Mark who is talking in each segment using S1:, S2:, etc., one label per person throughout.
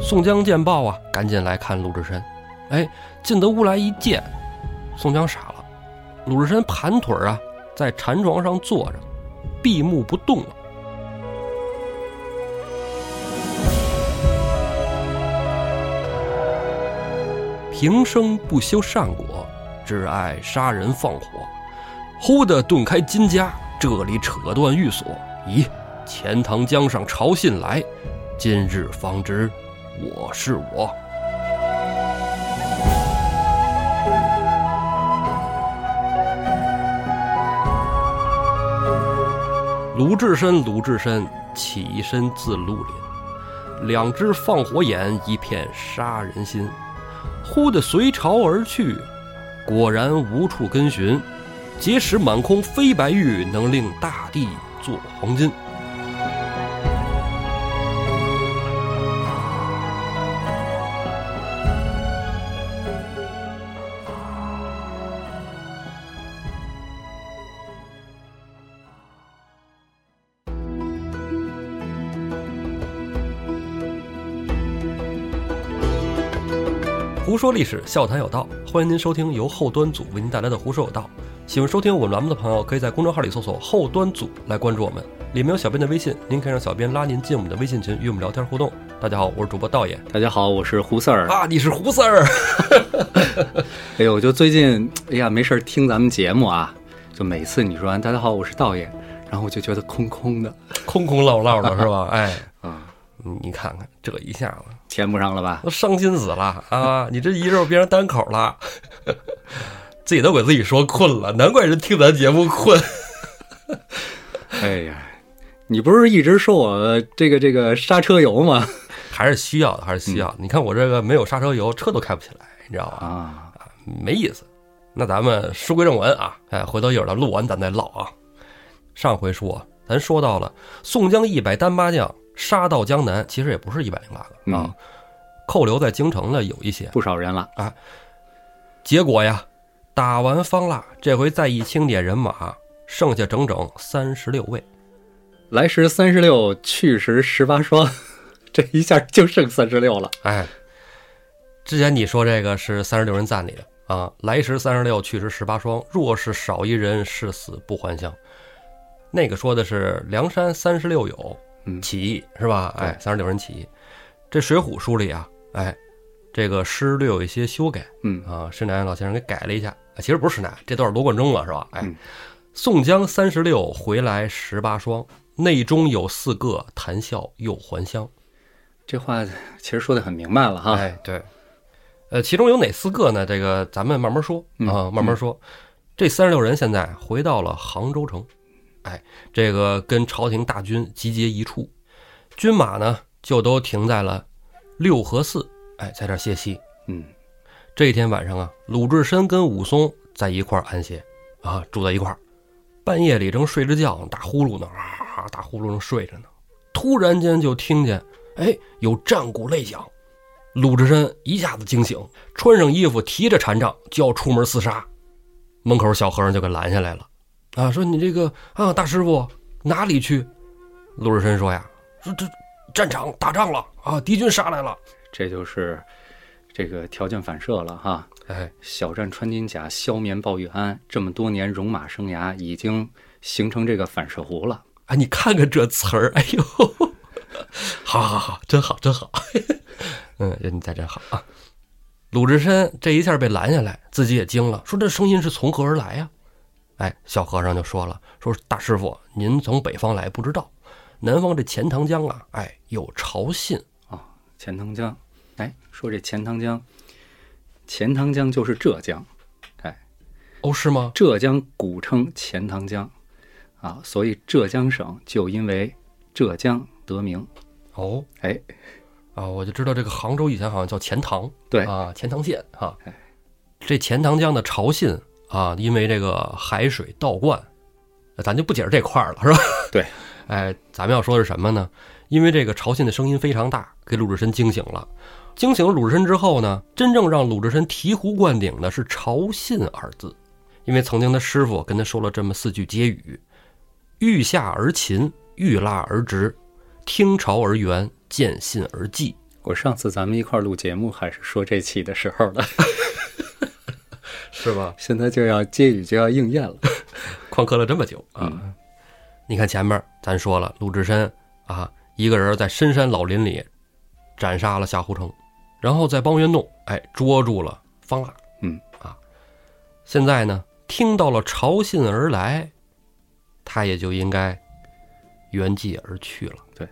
S1: 宋江见报啊，赶紧来看鲁智深。哎，进得屋来一见，宋江傻了。鲁智深盘腿啊，在禅床上坐着，闭目不动了。平生不修善果，只爱杀人放火。忽的顿开金枷，这里扯断玉锁。咦，钱塘江上潮信来，今日方知我是我。鲁智深，鲁智深，起身自绿林，两只放火眼，一片杀人心。忽的随潮而去，果然无处根寻。结识满空非白玉，能令大地作黄金。胡说历史，笑谈有道。欢迎您收听由后端组为您带来的《胡说有道》。喜欢收听我们栏目的朋友，可以在公众号里搜索“后端组”来关注我们，里面有小编的微信，您可以让小编拉您进我们的微信群，与我们聊天互动。大家好，我是主播道爷
S2: 大家好，我是胡四儿。
S1: 啊，你是胡四儿，
S2: 哎呦，我就最近，哎呀，没事儿听咱们节目啊，就每次你说完“大家好，我是道爷”，然后我就觉得空空的
S1: 空空落落的是吧？哎，
S2: 啊，
S1: 你看看这一下子
S2: 填不上了吧？
S1: 都伤心死了啊！你这一肉变成单口了，自己都给自己说困了，难怪人听咱节目困。
S2: 哎呀，你不是一直说我这个这个刹车油吗？
S1: 还是需要的，还是需要的。你看我这个没有刹车油，车都开不起来，你知道吧？
S2: 啊，
S1: 没意思。那咱们书归正文啊，哎，回头一会儿咱录完咱再唠啊。上回说咱说到了宋江一百单八将杀到江南，其实也不是一百零八
S2: 嗯
S1: 个啊，扣留在京城的有一些。
S2: 不少人了。
S1: 结果呀，打完方腊，这回再一清点人马，剩下整整三十六位。
S2: 来时三十六，去时十八双， 这一下就剩三十六了。
S1: 哎，之前你说这个是三十六人赞里的啊，来时三十六，去时十八双。若是少一人，誓死不还乡。那个说的是梁山三十六友
S2: 嗯
S1: 起义、是吧？
S2: 对
S1: 哎，三十六人起义。这《水浒》书里啊，哎，这个诗略有一些修改
S2: 嗯，
S1: 啊，施耐庵老先生给改了一下。啊其实不是施耐，这段是罗贯中了是吧？哎，
S2: 嗯
S1: 宋江三十六，回来十八双，内中有四个谈笑又还乡。
S2: 这话其实说的很明白了哈。
S1: 哎，对，呃，其中有哪四个呢？这个咱们慢慢说
S2: 嗯
S1: 啊，慢慢说。这三十六人现在回到了杭州城，哎，这个跟朝廷大军集结一处，军马呢就都停在了六合寺，哎，在这儿歇息。
S2: 嗯，
S1: 这一天晚上啊，鲁智深跟武松在一块儿安歇啊，住在一块儿。半夜里正睡着觉，打呼噜呢，啊，打呼噜正睡着呢，突然间就听见，哎，有战鼓擂响。鲁智深一下子惊醒，穿上衣服，提着禅杖就要出门厮杀。门口小和尚就给拦下来了，啊，说你这个啊，大师傅哪里去？鲁智深说呀，说这战场打仗了啊，敌军杀来了。
S2: 这就是这个条件反射了哈。
S1: 哎，
S2: 小站穿金甲，消眠抱玉鞍。这么多年戎马生涯，已经形成这个反射弧了。
S1: 啊，你看看这词儿， 哎呦，好好好，真好真好， 嗯，你才真好啊。鲁智深这一下被拦下来，自己也惊了，说这声音是从何而来呀、哎，小和尚就说了，说大师傅，您从北方来不知道，南方这钱塘江啊，哎，有潮信，
S2: 钱塘江，哎，说这钱塘江，钱塘江就是浙江，
S1: 哦，是吗？
S2: 浙江古称钱塘江，啊，所以浙江省就因为浙江得名。
S1: 哦，
S2: 哎，
S1: 啊，我就知道这个杭州以前好像叫钱塘，
S2: 对
S1: 啊，钱塘县啊
S2: 哎，
S1: 这钱塘江的潮信啊，因为这个海水倒灌，呃咱就不解释这块儿了，是吧？
S2: 对，
S1: 哎，咱们要说的是什么呢？因为这个潮信的声音非常大，给鲁智深惊醒了。惊醒了鲁智深之后呢，真正让鲁智深醍醐灌顶的是“潮信”二字，因为曾经他师傅跟他说了这么四句接语：“欲下而擒，欲拉而直，听潮而圆，见信而寂。
S2: 我上次咱们一块儿录节目还是说这期的时候了，
S1: 是吧？
S2: 现在就要接语就要应验了。
S1: 旷课了这么久啊！
S2: 嗯
S1: 你看前面咱说了，鲁智深啊，一个人在深山老林里斩杀了夏侯成，然后在帮元洞哎捉住了方腊，
S2: 嗯
S1: 啊，现在呢听到了朝信而来，他也就应该圆寂而去了。
S2: 对，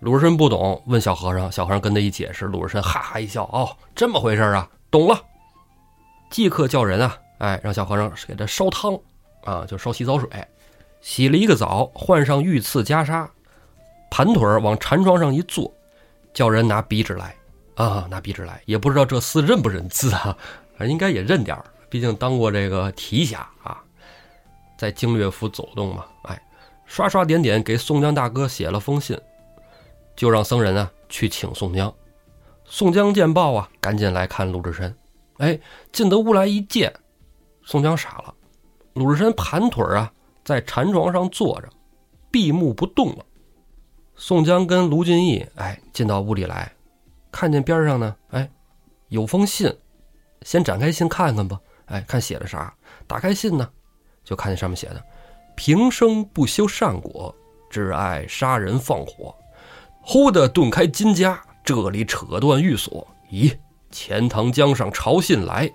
S1: 鲁智深不懂，问小和尚，小和尚跟他一解释，鲁智深哈哈一笑，哦，这么回事儿啊，懂了。即刻叫人啊，哎，让小和尚给他烧汤啊，就烧洗澡水，洗了一个澡，换上御赐袈裟，盘腿儿往禅床上一坐，叫人拿笔纸来啊，拿笔纸来，也不知道这厮认不认字啊，反正应该也认点儿，毕竟当过这个提辖啊，在经略府走动嘛，哎，刷刷点点给宋江大哥写了封信，就让僧人啊去请宋江。宋江见报啊，赶紧来看鲁智深，哎，进得屋来一见，宋江傻了。鲁智深盘腿儿啊，在禅床上坐着，闭目不动了。宋江跟卢俊义哎进到屋里来，看见边上呢哎有封信，先展开信看看吧。哎，看写的啥？打开信呢，就看见上面写的：平生不修善果，只爱杀人放火。忽的顿开金家，这里扯断玉锁。咦，钱塘江上朝信来，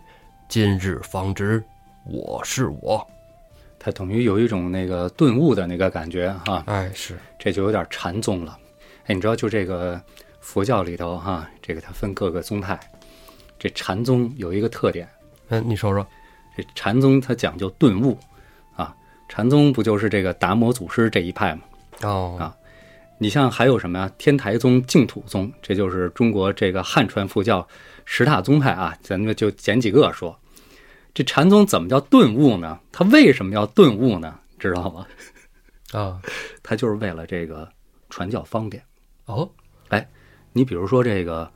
S1: 今日方知我是我。
S2: 他等于有一种那个顿悟的那个感觉哈、
S1: 哎，是
S2: 这就有点禅宗了。哎，你知道，就这个佛教里头哈、这个它分各个宗派，这禅宗有一个特点，
S1: 嗯，你说说，
S2: 这禅宗它讲究顿悟啊。禅宗不就是这个达摩祖师这一派吗？
S1: 哦，
S2: 你像还有什么呀？天台宗、净土宗，这就是中国这个汉传佛教十大宗派啊。咱们就捡几个说，这禅宗怎么叫顿悟呢？它为什么要顿悟呢？知道吗？
S1: 啊，
S2: 它就是为了这个传教方便。
S1: 哦，
S2: 哎你比如说这个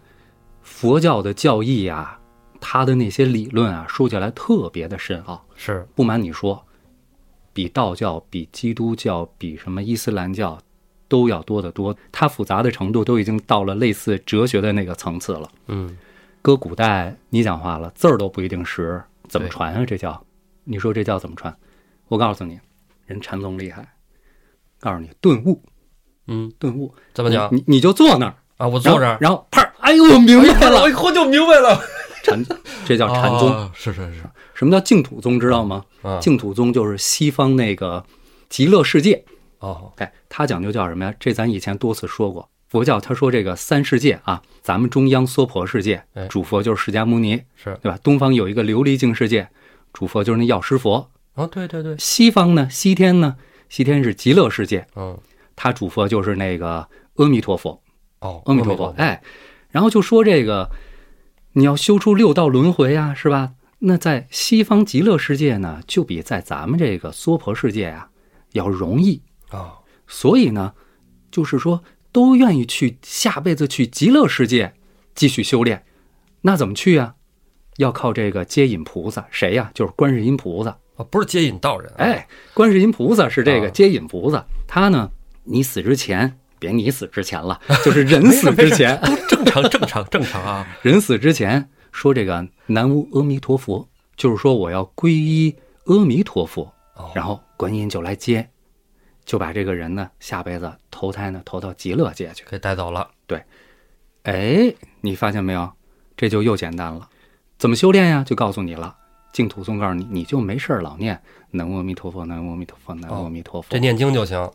S2: 佛教的教义啊，它的那些理论啊，说起来特别的深奥。
S1: 是，
S2: 不瞒你说，比道教、比基督教、比什么伊斯兰教都要多得多。它复杂的程度都已经到了类似哲学的那个层次了。
S1: 嗯，
S2: 搁古代，你讲话了，字儿都不一定识，怎么
S1: 对
S2: 传啊？这叫，你说这叫怎么传？我告诉你，人禅宗厉害，告诉你顿悟，
S1: 嗯，
S2: 顿悟，
S1: 怎么讲
S2: 你你就坐那儿，
S1: 啊？我坐这
S2: 嗯然后
S1: 儿，
S2: 然后啪儿，哎呦，我明白了，
S1: 我一会就明白了，
S2: 禅，这叫禅宗。
S1: 哦，是是是，
S2: 什么叫净土宗？知道吗？
S1: 啊，
S2: 净土宗就是西方那个极乐世界。
S1: 哦，
S2: 哎，它讲究叫什么呀？这咱以前多次说过，佛教他说这个三世界啊，咱们中央娑婆世界
S1: 哎，
S2: 主佛就是释迦牟尼，
S1: 是，
S2: 对吧？东方有一个琉璃净世界，主佛就是那药师佛。
S1: 啊，对对对，
S2: 西方呢，西天呢，西天是极乐世界，
S1: 嗯，
S2: 他主佛就是那个阿弥陀佛。
S1: 哦，
S2: 阿弥陀佛，，哎，然后就说这个，你要修出六道轮回啊，是吧？那在西方极乐世界呢，就比在咱们这个娑婆世界啊要容易，
S1: 啊，
S2: 所以呢，就是说都愿意去下辈子去极乐世界继续修炼。那怎么去啊？要靠这个接引菩萨，谁呀、就是观世音菩萨。
S1: 啊，不是接引道人，，
S2: 哎，观世音菩萨是这个
S1: 啊
S2: 接引菩萨，他呢，你死之前，别你死之前了，就是人死之前，
S1: 都 正常正常正常啊，
S2: 人死之前说这个南无阿弥陀佛，就是说我要皈依阿弥陀佛，
S1: 哦
S2: 然后观音就来接，就把这个人呢下辈子投胎呢投到极乐界去。
S1: 给带走了，
S2: 哎，你发现没有？这就又简单了。怎么修炼呀？就告诉你了。净土宗告诉你，你就没事儿老念南无阿弥陀佛，南无阿弥陀佛，南无阿弥陀佛。
S1: 哦这念经就行，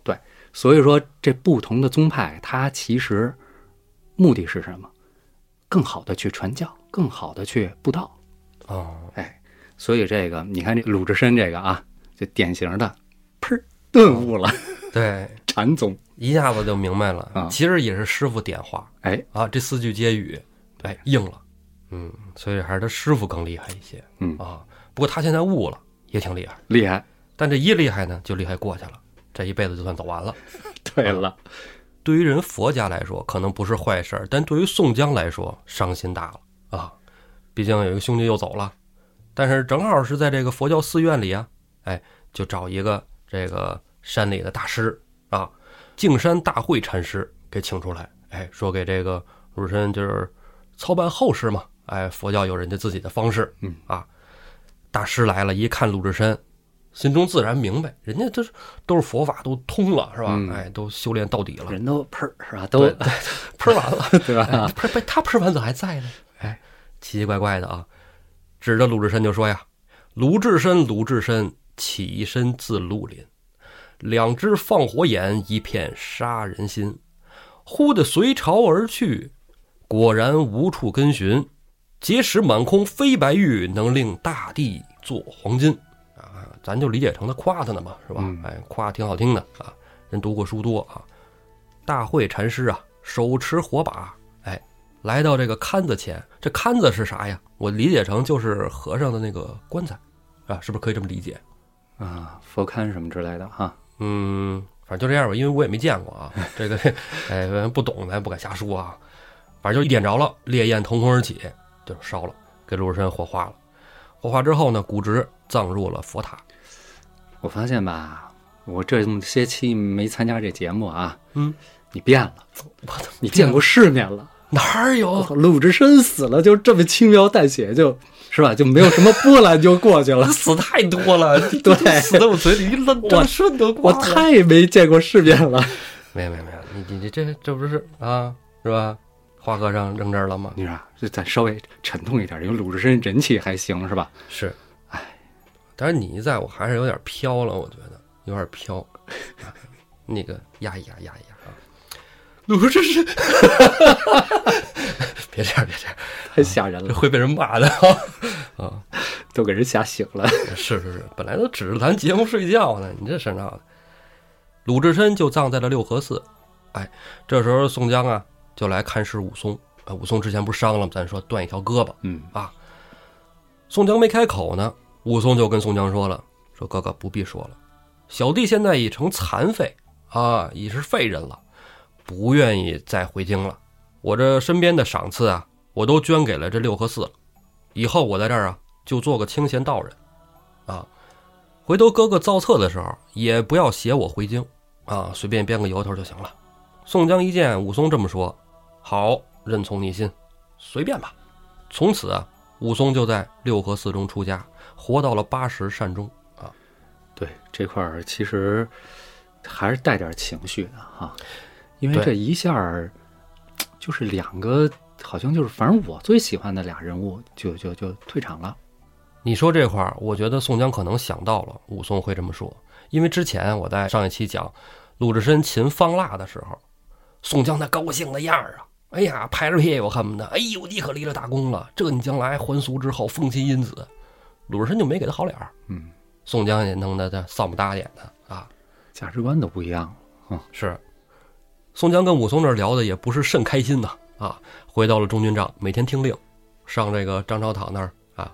S2: 所以说，这不同的宗派，它其实目的是什么？更好的去传教，更好的去布道。
S1: 哦，
S2: 哎，所以这个你看这鲁智深这个啊，就典型的，砰儿顿悟了
S1: 对，
S2: 禅宗。
S1: 一下子就明白
S2: 啊
S1: 了，其实也是师傅点化，
S2: 哎，
S1: 啊，这四句接语，哎，硬了，嗯，所以还是他师傅更厉害一些，
S2: 嗯
S1: 啊，不过他现在悟了，也挺厉害，
S2: 厉害！
S1: 但这一厉害呢，就厉害过去了，这一辈子就算走完了。
S2: 对了，
S1: 对于人佛家来说，可能不是坏事儿，但对于宋江来说，伤心大了啊！毕竟有一个兄弟又走了，但是正好是在这个佛教寺院里啊，哎，就找一个这个山里的大师啊，径山大会禅师给请出来，哎，说给这个鲁智深就是操办后事嘛，哎，佛教有人家自己的方式，
S2: 嗯
S1: 啊，大师来了，一看鲁智深，心中自然明白，人家这是都是佛法都通了，是吧？
S2: 嗯
S1: 哎，都修炼到底了，
S2: 人都喷儿是吧？都
S1: 喷完了，
S2: 对吧？
S1: 不是被他喷完怎么还在呢？啊哎，奇奇怪怪的啊！指着鲁智深就说呀：“鲁智深，鲁智深，起身自绿林，两只放火眼，一片杀人心。忽的随潮而去，果然无处根寻。结识满空飞白玉，能令大地作黄金。”啊，咱就理解成他夸他呢嘛，是吧？
S2: 嗯
S1: 哎，夸挺好听的啊，人读过书多啊。大会禅师啊，手持火把，哎，来到这个龛子前。这龛子是啥呀？我理解成就是和尚的那个棺材，啊，是不是可以这么理解？
S2: 啊，佛龛什么之类的哈。
S1: 嗯，反正就这样吧，因为我也没见过啊， 这个，哎，不懂咱也不敢瞎说啊。反正就一点着了，烈焰腾空而起，就烧了，给鲁智深火化了。火化之后呢，骨殖葬入了佛塔。
S2: 我发现吧，我这么些期没参加这节目啊，
S1: 嗯，
S2: 你变了，
S1: 我操，
S2: 你见过世面了。
S1: 哪儿
S2: 我
S1: 有？。
S2: 操，鲁智深死了，就这么轻描淡写，就是吧，就没有什么波澜就过去 了
S1: 死太多了，
S2: 对
S1: 死在我嘴里一愣，张顺都
S2: 我
S1: 挂了
S2: 太没见过世面了。
S1: 没有没有没有，你你你这这不是啊，是吧？花和尚扔这儿了吗？
S2: 你说啊，这咱稍微沉痛一点，因为鲁智深人气还行，是吧？
S1: 是，哎，但是你一在我还是有点飘了，我觉得有点 飘，啊那个压一压压一压啊。鲁智深， 别这样别这样，
S2: 太吓人
S1: 这
S2: 了，
S1: 会被人骂的 啊！啊，
S2: 都给人吓醒了。
S1: 是是是，本来都指着咱节目睡觉呢，你这事儿闹的。鲁智深就葬在了六合寺，哎，这时候宋江啊就来看视武松，啊，武松之前不是伤了吗？咱说断一条胳膊，
S2: 嗯，
S1: 啊宋江没开口呢，武松就跟宋江说了：“说哥哥不必说了，小弟现在已成残废啊，已是废人了，不愿意再回京了。我这身边的赏赐啊，我都捐给了这六合寺了。以后我在这儿啊，就做个清闲道人，啊，回头哥哥造册的时候，也不要写我回京啊，随便编个由头就行了。”宋江一见武松这么说，好，任从你心，随便吧。从此啊，武松就在六合寺中出家，活到了八十善终。
S2: 对这块儿其实还是带点情绪的哈，因为
S1: 对
S2: 这一下儿就是两个，好像就是反正我最喜欢的俩人物就就就退场了。
S1: 你说这块儿，我觉得宋江可能想到了武松会这么说，因为之前我在上一期讲鲁智深擒方腊的时候，宋江那高兴的样儿啊，哎呀，拍着屁股恨不得，哎呦，你可立了大功了，这你将来还俗之后封亲因子。鲁智深就没给他好脸儿，
S2: 嗯，
S1: 宋江也弄得这丧不搭眼的啊。
S2: 价值观都不一样了。
S1: 是，宋江跟武松这儿聊的也不是甚开心呐、啊。回到了中军帐，每天听令，上这个张昭讨那儿啊，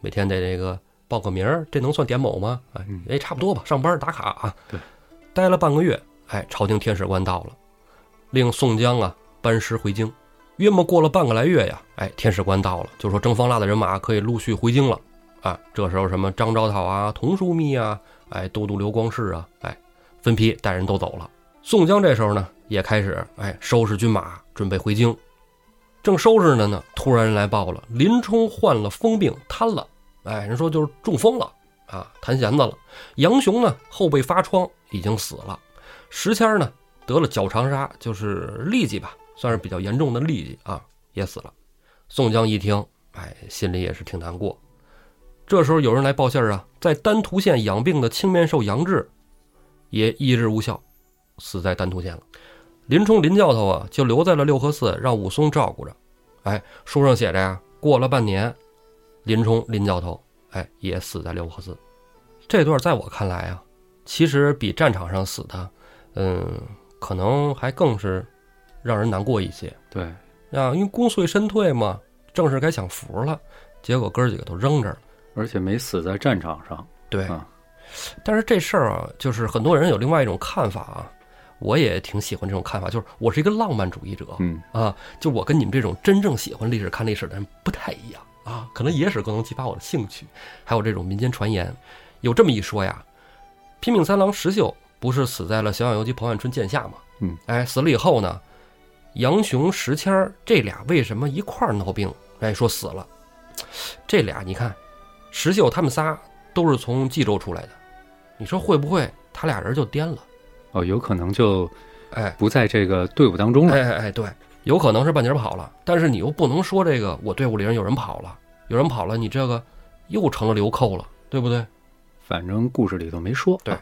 S1: 每天得这个报个名儿，这能算点某吗？哎
S2: 嗯，
S1: 哎，差不多吧，上班打卡啊。
S2: 对，
S1: 待了半个月，哎，朝廷天使官到了，令宋江啊班师回京。约莫过了半个来月呀，哎，天使官到了，就说征方腊的人马可以陆续回京了。啊，这时候什么张昭讨啊、童枢密啊、哎、都督刘光世啊，哎，分批带人都走了。宋江这时候呢，也开始哎收拾军马，准备回京。正收拾着呢，突然人来报了，林冲患了疯病，瘫了。哎，人说就是中风了啊，弹弦子了。杨雄呢，后背发疮，已经死了。石谦儿呢，得了脚长沙，就是痢疾吧，算是比较严重的痢疾啊，也死了。宋江一听，哎，心里也是挺难过。这时候有人来报信儿啊，在丹徒县养病的青面兽杨志，也医治无效，死在丹徒县了。林冲林教头啊，就留在了六合寺，让武松照顾着。哎，书上写着呀、过了半年，林冲林教头哎也死在六合寺。这段在我看来啊，其实比战场上死的，嗯，可能还更是让人难过一些
S2: 对，
S1: 啊，因为功遂身退嘛，正是该享福了，结果哥儿几个都扔这儿了。
S2: 而且没死在战场上。
S1: 对
S2: 啊
S1: 嗯但是这事儿啊，就是很多人有另外一种看法啊，我也挺喜欢这种看法，就是我是一个浪漫主义者，
S2: 嗯，
S1: 啊，就我跟你们这种真正喜欢历史、看历史的人不太一样啊，可能野史更能激发我的兴趣，还有这种民间传言，有这么一说呀，拼命三郎石秀不是死在了小小游击彭万春剑下吗？
S2: 嗯，
S1: 哎，死了以后呢，杨雄、石谦儿这俩为什么一块儿闹病？哎，说死了。这俩你看，石秀他们仨都是从冀州出来的，你说会不会他俩人就颠了？
S2: 哦，有可能就
S1: 哎
S2: 不在这个队伍当中了。
S1: 哎哎哎，对，有可能是半截儿跑了，但是你又不能说这个我队伍里人有人跑了，有人跑了，你这个又成了流寇了，对不对？
S2: 反正故事里头没说，
S1: 对
S2: 啊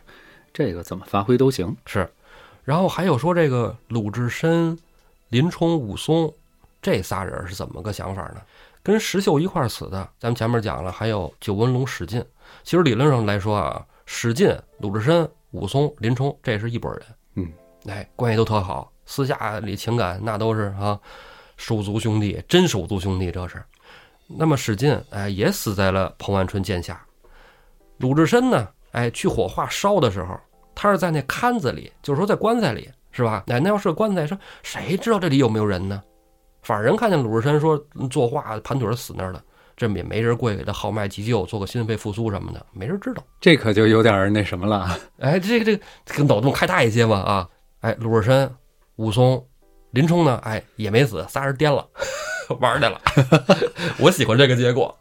S2: 这个怎么发挥都行。
S1: 是，然后还有说这个鲁智深、林冲、武松这仨人是怎么个想法呢？跟石秀一块儿死的，咱们前面讲了，还有九纹龙史进。其实理论上来说啊，史进、鲁智深、武松、林冲这是一拨人，
S2: 嗯，
S1: 哎，关系都特好，私下里情感那都是啊，手足兄弟，真手足兄弟这是。那么史进哎也死在了彭万春剑下，鲁智深呢哎去火化烧的时候，他是在那龛子里，就是说在棺材里，是吧？哎，那要是个棺材，说谁知道这里有没有人呢？法人看见鲁智深说嗯作画盘腿儿死那儿了，这也没人过去给他号脉急救，做个心肺复苏什么的，没人知道。
S2: 这可就有点儿那什么了啊。
S1: 哎，这个这个这个脑洞开大一些嘛啊！哎，鲁智深、武松、林冲呢，哎也没死，仨人颠了， 玩儿去了。 我喜欢这个结果，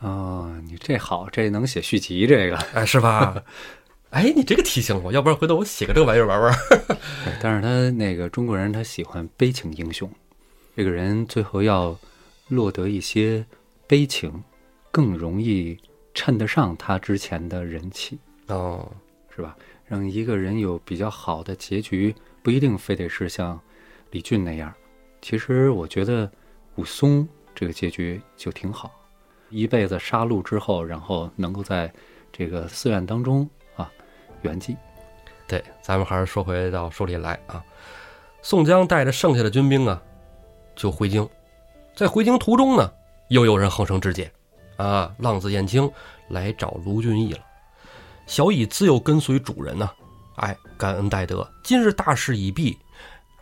S2: 哦，你这好，这能写续集，这个。
S1: 哎，是吧？ 哎，你这个提醒我，要不然回头我写个这个玩意儿玩玩。
S2: 对但是他那个中国人，他喜欢悲情英雄，这个人最后要落得一些悲情，更容易衬得上他之前的人气，
S1: 哦，
S2: 是吧？让一个人有比较好的结局，不一定非得是像李俊那样。其实我觉得武松这个结局就挺好，一辈子杀戮之后，然后能够在这个寺院当中啊圆寂。
S1: 对，咱们还是说回到书里来啊。宋江带着剩下的军兵啊，就回京。在回京途中呢，又有人横生枝节，啊，浪子燕青来找卢俊义了。小乙自幼跟随主人呢、哎，感恩戴德，今日大事已毕，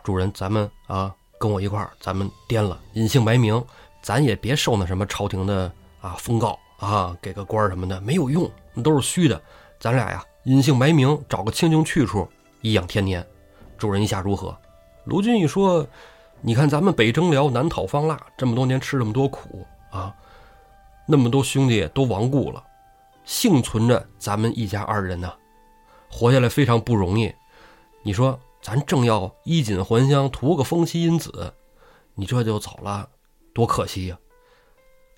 S1: 主人，咱们啊，跟我一块儿，咱们颠了，隐姓埋名，咱也别受那什么朝廷的啊封告啊，给个官儿什么的没有用，那都是虚的。咱俩呀，隐姓埋名，找个清静去处，颐养天年。主人意下如何？卢俊义说：“你看咱们北征辽，南讨方腊，这么多年吃这么多苦啊，那么多兄弟都亡故了，幸存着咱们一家二人呐、活下来非常不容易。你说咱正要衣锦还乡，图个风息因子，你这就走了，多可惜呀、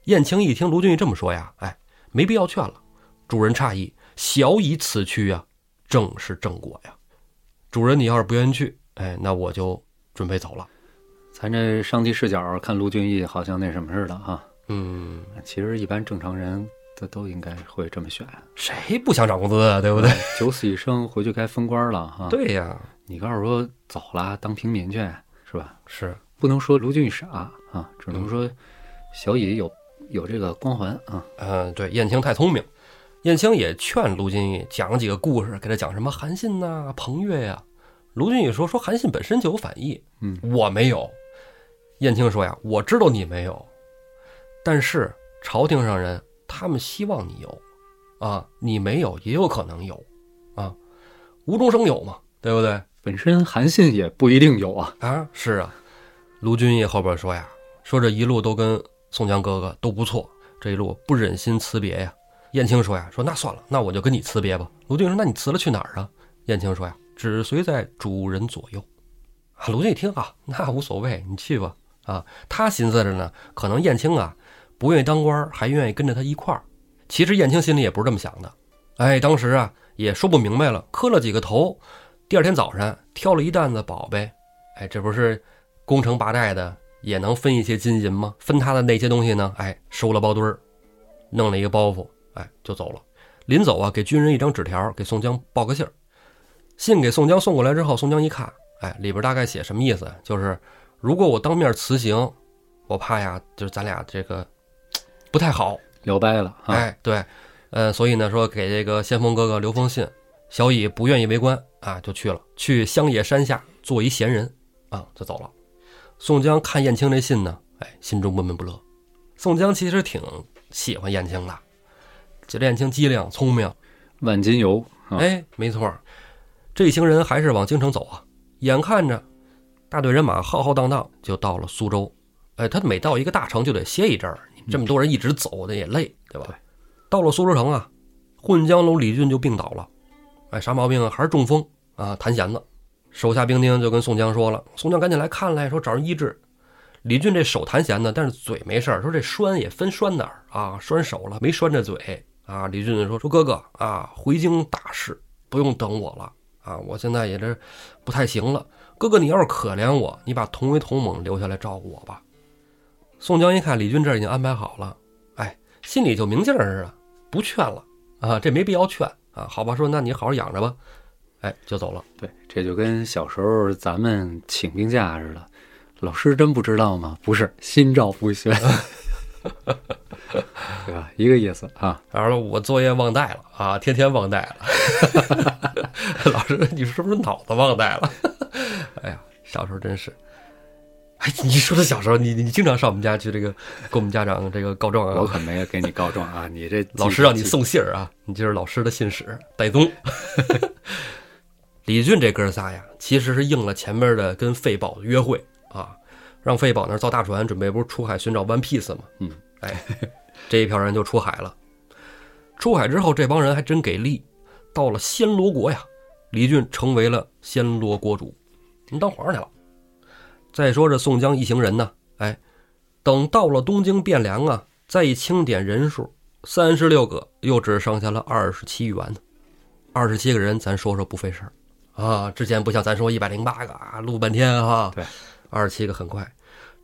S1: 燕青一听卢俊义这么说呀，哎，没必要劝了。主人诧异：“小以此去呀、正是正果呀。”主人，你要是不愿意去，哎，那我就准备走了。
S2: 咱这上帝视角看卢俊义好像那什么似的哈，
S1: 嗯，
S2: 其实一般正常人他都应该会这么选，
S1: 谁不想涨工资啊？对不对？
S2: 九死一生回去该封官了哈。，
S1: 对呀，
S2: 你告诉我走了当平民去是吧？
S1: 是
S2: 不能说卢俊义傻啊，只能说小乙有有这个光环啊。
S1: 嗯，对，燕青太聪明，燕青也劝卢俊义讲了几个故事，给他讲什么韩信呐、彭越呀、卢俊义说说韩信本身就有反义，
S2: 嗯，
S1: 我没有。燕青说呀，我知道你没有，但是朝廷上人他们希望你有，啊，你没有也有可能有，啊，无中生有嘛，对不对？
S2: 本身韩信也不一定有啊，
S1: 啊，是啊，卢俊义后边说呀，说这一路都跟宋江哥哥都不错，这一路不忍心辞别呀。燕青说呀，说那算了，那我就跟你辞别吧。卢俊义说，那你辞了去哪儿啊？燕青说呀，只随在主人左右。啊，卢俊义听啊，那无所谓，你去吧。啊，他寻思着呢，可能燕青啊不愿意当官儿，还愿意跟着他一块儿。其实燕青心里也不是这么想的，哎，当时啊也说不明白了，磕了几个头。第二天早上挑了一担子宝贝，哎，这不是攻城拔寨的也能分一些金银吗？分他的那些东西呢？哎，收了包堆儿，弄了一个包袱，哎，就走了。临走啊，给军人一张纸条，给宋江报个信儿。信给宋江送过来之后，宋江一看，哎，里边大概写什么意思？啊就是如果我当面辞行，我怕呀，就是咱俩这个不太好，
S2: 聊掰了啊。
S1: 哎，对，呃，所以呢，说给这个先锋哥哥留封信，小乙不愿意为官啊，就去了，去乡野山下做一闲人啊，就走了。宋江看燕青这信呢，哎，心中闷闷不乐。宋江其实挺喜欢燕青的，觉得燕青机灵聪明，
S2: 万金油啊，
S1: 哎哎，没错儿，这一行人还是往京城走啊。眼看着大队人马浩浩荡荡就到了苏州。哎，他每到一个大城就得歇一阵儿，这么多人一直走，那也累，对吧？
S2: 对
S1: 到了苏州城啊，混江楼李俊就病倒了，哎，啥毛病啊？还是中风啊，弹弦子。手下兵丁就跟宋江说了，宋江赶紧来看来，说找人医治。李俊这手弹弦呢，但是嘴没事儿。说这栓也分栓哪儿啊？栓手了，没栓着嘴啊。李俊说：“说哥哥啊，回京大事，不用等我了啊，我现在也这不太行了。哥哥，你要是可怜我，你把同为同盟留下来照顾我吧。”宋江一看李俊这儿已经安排好了，哎，心里就明镜儿似的，不劝了啊，这没必要劝啊。好吧，说那你好好养着吧，哎，就走了。
S2: 对，这就跟小时候咱们请病假似的，老师真不知道吗？不是，心照 不宣，对吧？一个意思啊。
S1: 然后我作业忘带了啊，天天忘带了。 老师，你是不是脑子忘带了？ 哎呀，小时候真是。哎，你说的小时候，你你经常上我们家去这个跟我们家长这个告状
S2: 我
S1: 啊，
S2: 可没有给你告状啊！你这
S1: 老师让你送信儿啊，你这是老师的信使，戴宗。 李俊这哥仨呀，其实是应了前面的跟费宝的约会啊，让费宝那儿造大船，准备不是出海寻找 One Piece 吗？
S2: 嗯，
S1: 哎，这一票人就出海了。出海之后，这帮人还真给力，到了暹罗国呀，李俊成为了暹罗国主，您当皇上去了。再说这宋江一行人呢，哎，等到了东京汴梁啊，再一清点人数，三十六个，又只剩下了二十七员呢。二十七个人，咱说说不费事儿啊。之前不像咱说一百零八个啊，录半天哈。
S2: 对，
S1: 二十七个很快。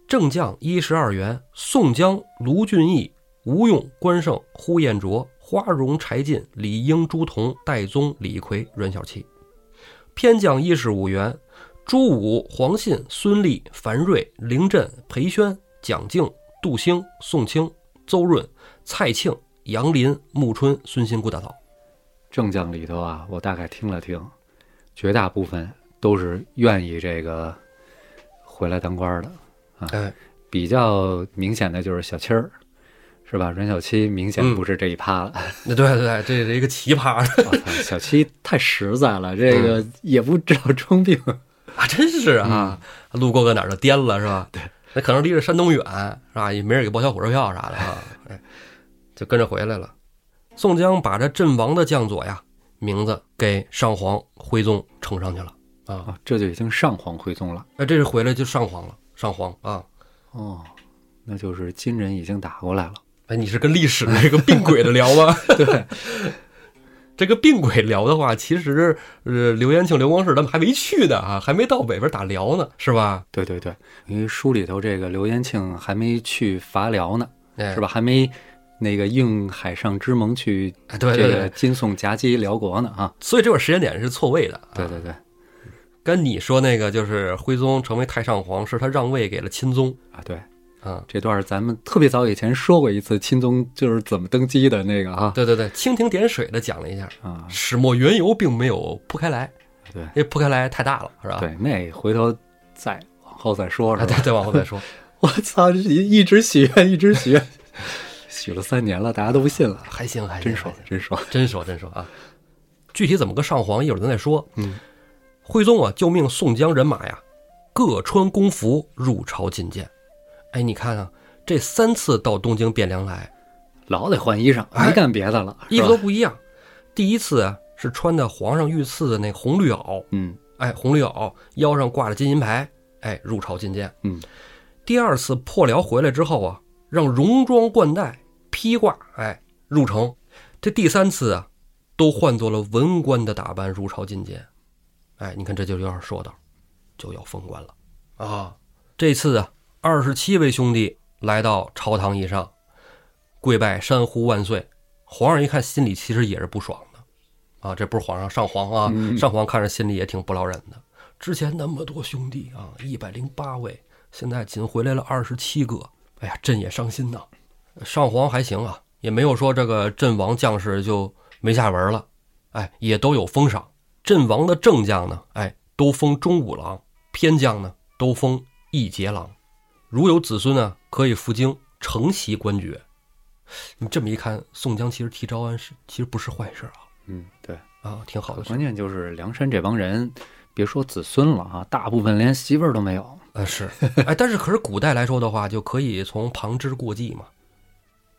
S1: 正将一十二员，宋江、卢俊义、吴用、关胜、呼延灼、花荣、柴进、李应、朱仝、戴宗、李逵、阮小七。偏将一十五员，朱武、黄信、孙立、樊瑞、凌振、裴宣、蒋敬、杜兴、宋清、邹润、蔡庆、杨林、穆春、孙新、顾大嫂。
S2: 正将里头啊，我大概听了听，绝大部分都是愿意这个回来当官儿的。
S1: 哎，
S2: 比较明显的就是小七儿，是吧？阮小七明显
S1: 嗯
S2: 不是这一趴了。
S1: 那对对对，这是一个奇葩
S2: 我操，小七太实在了，这个
S1: 嗯
S2: 也不知道 装病。
S1: 啊，真是啊，路过个哪儿就颠了是吧？对，那可能离着山东远是吧？也没人给报销火车票啥的啊，哎，就跟着回来了。宋江把这阵亡的将佐呀名字给上皇徽宗呈上去了啊，
S2: 啊，这就已经上皇徽宗了。
S1: 哎，这是回来就上皇了，上皇啊。
S2: 哦，那就是金人已经打过来了。
S1: 哎，你是跟历史这个病鬼的聊 吗？
S2: 对，
S1: 这个病鬼聊的话，其实呃，刘延庆、刘光世他们还没去呢啊，还没到北边打辽呢，是吧？
S2: 对对对，因为书里头这个刘延庆还没去伐辽呢，
S1: 哎、
S2: 是吧？还没那个应海上之盟去
S1: 哎？对
S2: 这
S1: 对
S2: 个
S1: 对，
S2: 金宋夹击辽国呢啊！
S1: 所以这块时间点是错位的。啊
S2: 对，对对，
S1: 跟你说那个就是徽宗成为太上皇，是他让位给了钦宗
S2: 啊对，
S1: 啊。
S2: 这段咱们特别早以前说过一次钦宗就是怎么登基的那个啊
S1: 对对对，蜻蜓点水的讲了一下，
S2: 啊，
S1: 始末缘由并没有铺开来，
S2: 对
S1: 因为铺开来太大了，是吧？
S2: 对，那回头再往后再说
S1: 啊，
S2: 是吧
S1: 再？再往后再说。
S2: 我操，一一直许愿，一直许愿，许了三年了，大家都不信了，
S1: 还行，还行，
S2: 真
S1: 还
S2: 爽
S1: 行，
S2: 真爽。
S1: 真说真说啊，具体怎么个上皇，一会儿咱再说。
S2: 嗯，
S1: 徽宗啊，就命宋江人马呀，各穿宫服入朝觐见。哎，你看啊，这三次到东京汴梁来，
S2: 老得换衣裳，
S1: 哎
S2: 没干别的了，
S1: 衣服
S2: 是
S1: 都
S2: 吧
S1: 不一样。第一次啊，是穿的皇上御赐的那红绿袄，
S2: 嗯
S1: 哎，红绿袄腰上挂着金银牌，哎，入朝觐见。
S2: 嗯，
S1: 第二次破辽回来之后啊，让戎装冠带披挂，哎，入城。这第三次啊，都换作了文官的打扮入朝觐见。哎，你看这就有点说道，就要封官了啊！这次啊，二十七位兄弟来到朝堂以上，跪拜山呼万岁。皇上一看，心里其实也是不爽的啊，这不是皇上上皇啊，上皇看着心里也挺不饶人的。之前那么多兄弟啊，一百零八位，现在仅回来了二十七个，哎呀，朕也伤心呐。上皇还行啊，也没有说这个阵亡将士就没下文了，哎，也都有封赏。阵亡的正将呢，哎，都封中五郎；偏将呢，都封义节郎。如有子孙呢，可以赴京承袭官爵。你这么一看，宋江其实提招安是其实不是坏事
S2: 嗯，对，
S1: 啊，啊，挺好的事。
S2: 关键就是梁山这帮人别说子孙了啊，大部分连媳妇儿都没有。
S1: 呃，是，哎，但是可是古代来说的话，就可以从旁支过继嘛。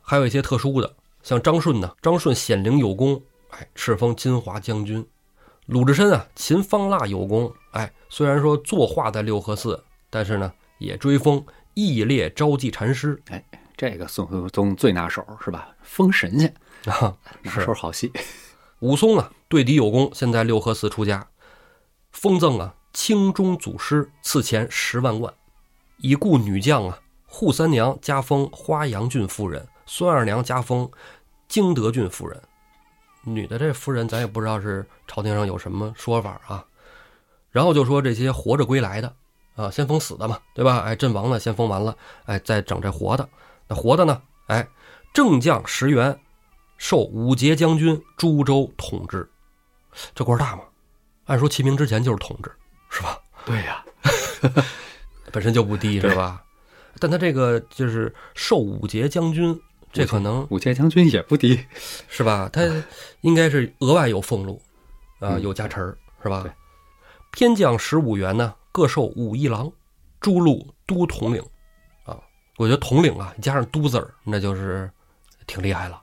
S1: 还有一些特殊的，像张顺呢，张顺显灵有功，哎，敕封金华将军；鲁智深啊，秦方腊有功，哎，虽然说作画在六合寺，但是呢，也追封义烈昭济禅师
S2: 这个宋徽宗最拿手是吧？封神仙，
S1: 啊。
S2: 拿
S1: 是
S2: 手好戏。
S1: 武松啊，对敌有功，现在六合寺出家，封赠啊清中祖师，赐钱十万贯，已故女将啊扈三娘加封花阳郡夫人，孙二娘加封京德郡夫人。女的这夫人，咱也不知道是朝廷上有什么说法啊。然后就说这些活着归来的啊，先封死的嘛，对吧？哎，阵亡的先封完了，哎，再整这活的。那活的呢？哎，正将石原受五节将军株洲统治，这官儿大吗？按说齐名之前就是统治，是吧？
S2: 对呀、
S1: 本身就不低，
S2: 对
S1: 是吧？但他这个就是受五节将军，这可能
S2: 五阶将军也不低。
S1: 是吧？他应该是额外有俸禄，啊、
S2: 嗯
S1: 有加持儿，是吧
S2: 对？
S1: 偏将十五员呢，各授五一郎、诸路都统领，啊，我觉得统领啊，加上都字儿，那就是挺厉害了。啊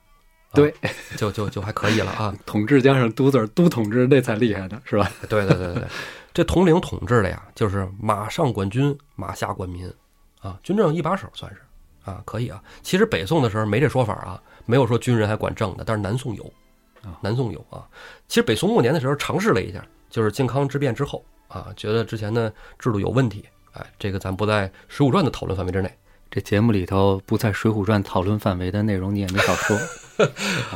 S2: 对，
S1: 就就就还可以了 啊。
S2: 统治加上都字儿，都统治那才厉害呢，是吧？
S1: 对对对对，对，这统领统治的呀，就是马上管军，马下管民，啊，军政一把手算是啊，可以啊。其实北宋的时候没这说法啊，没有说军人还管政的，但是南宋有
S2: 啊，
S1: 南宋有啊。其实北宋末年的时候尝试了一下，就是靖康之变之后啊，觉得之前的制度有问题，哎，这个咱不在《水浒传》的讨论范围之内。
S2: 这节目里头不在《水浒传》讨论范围的内容，你也没少说。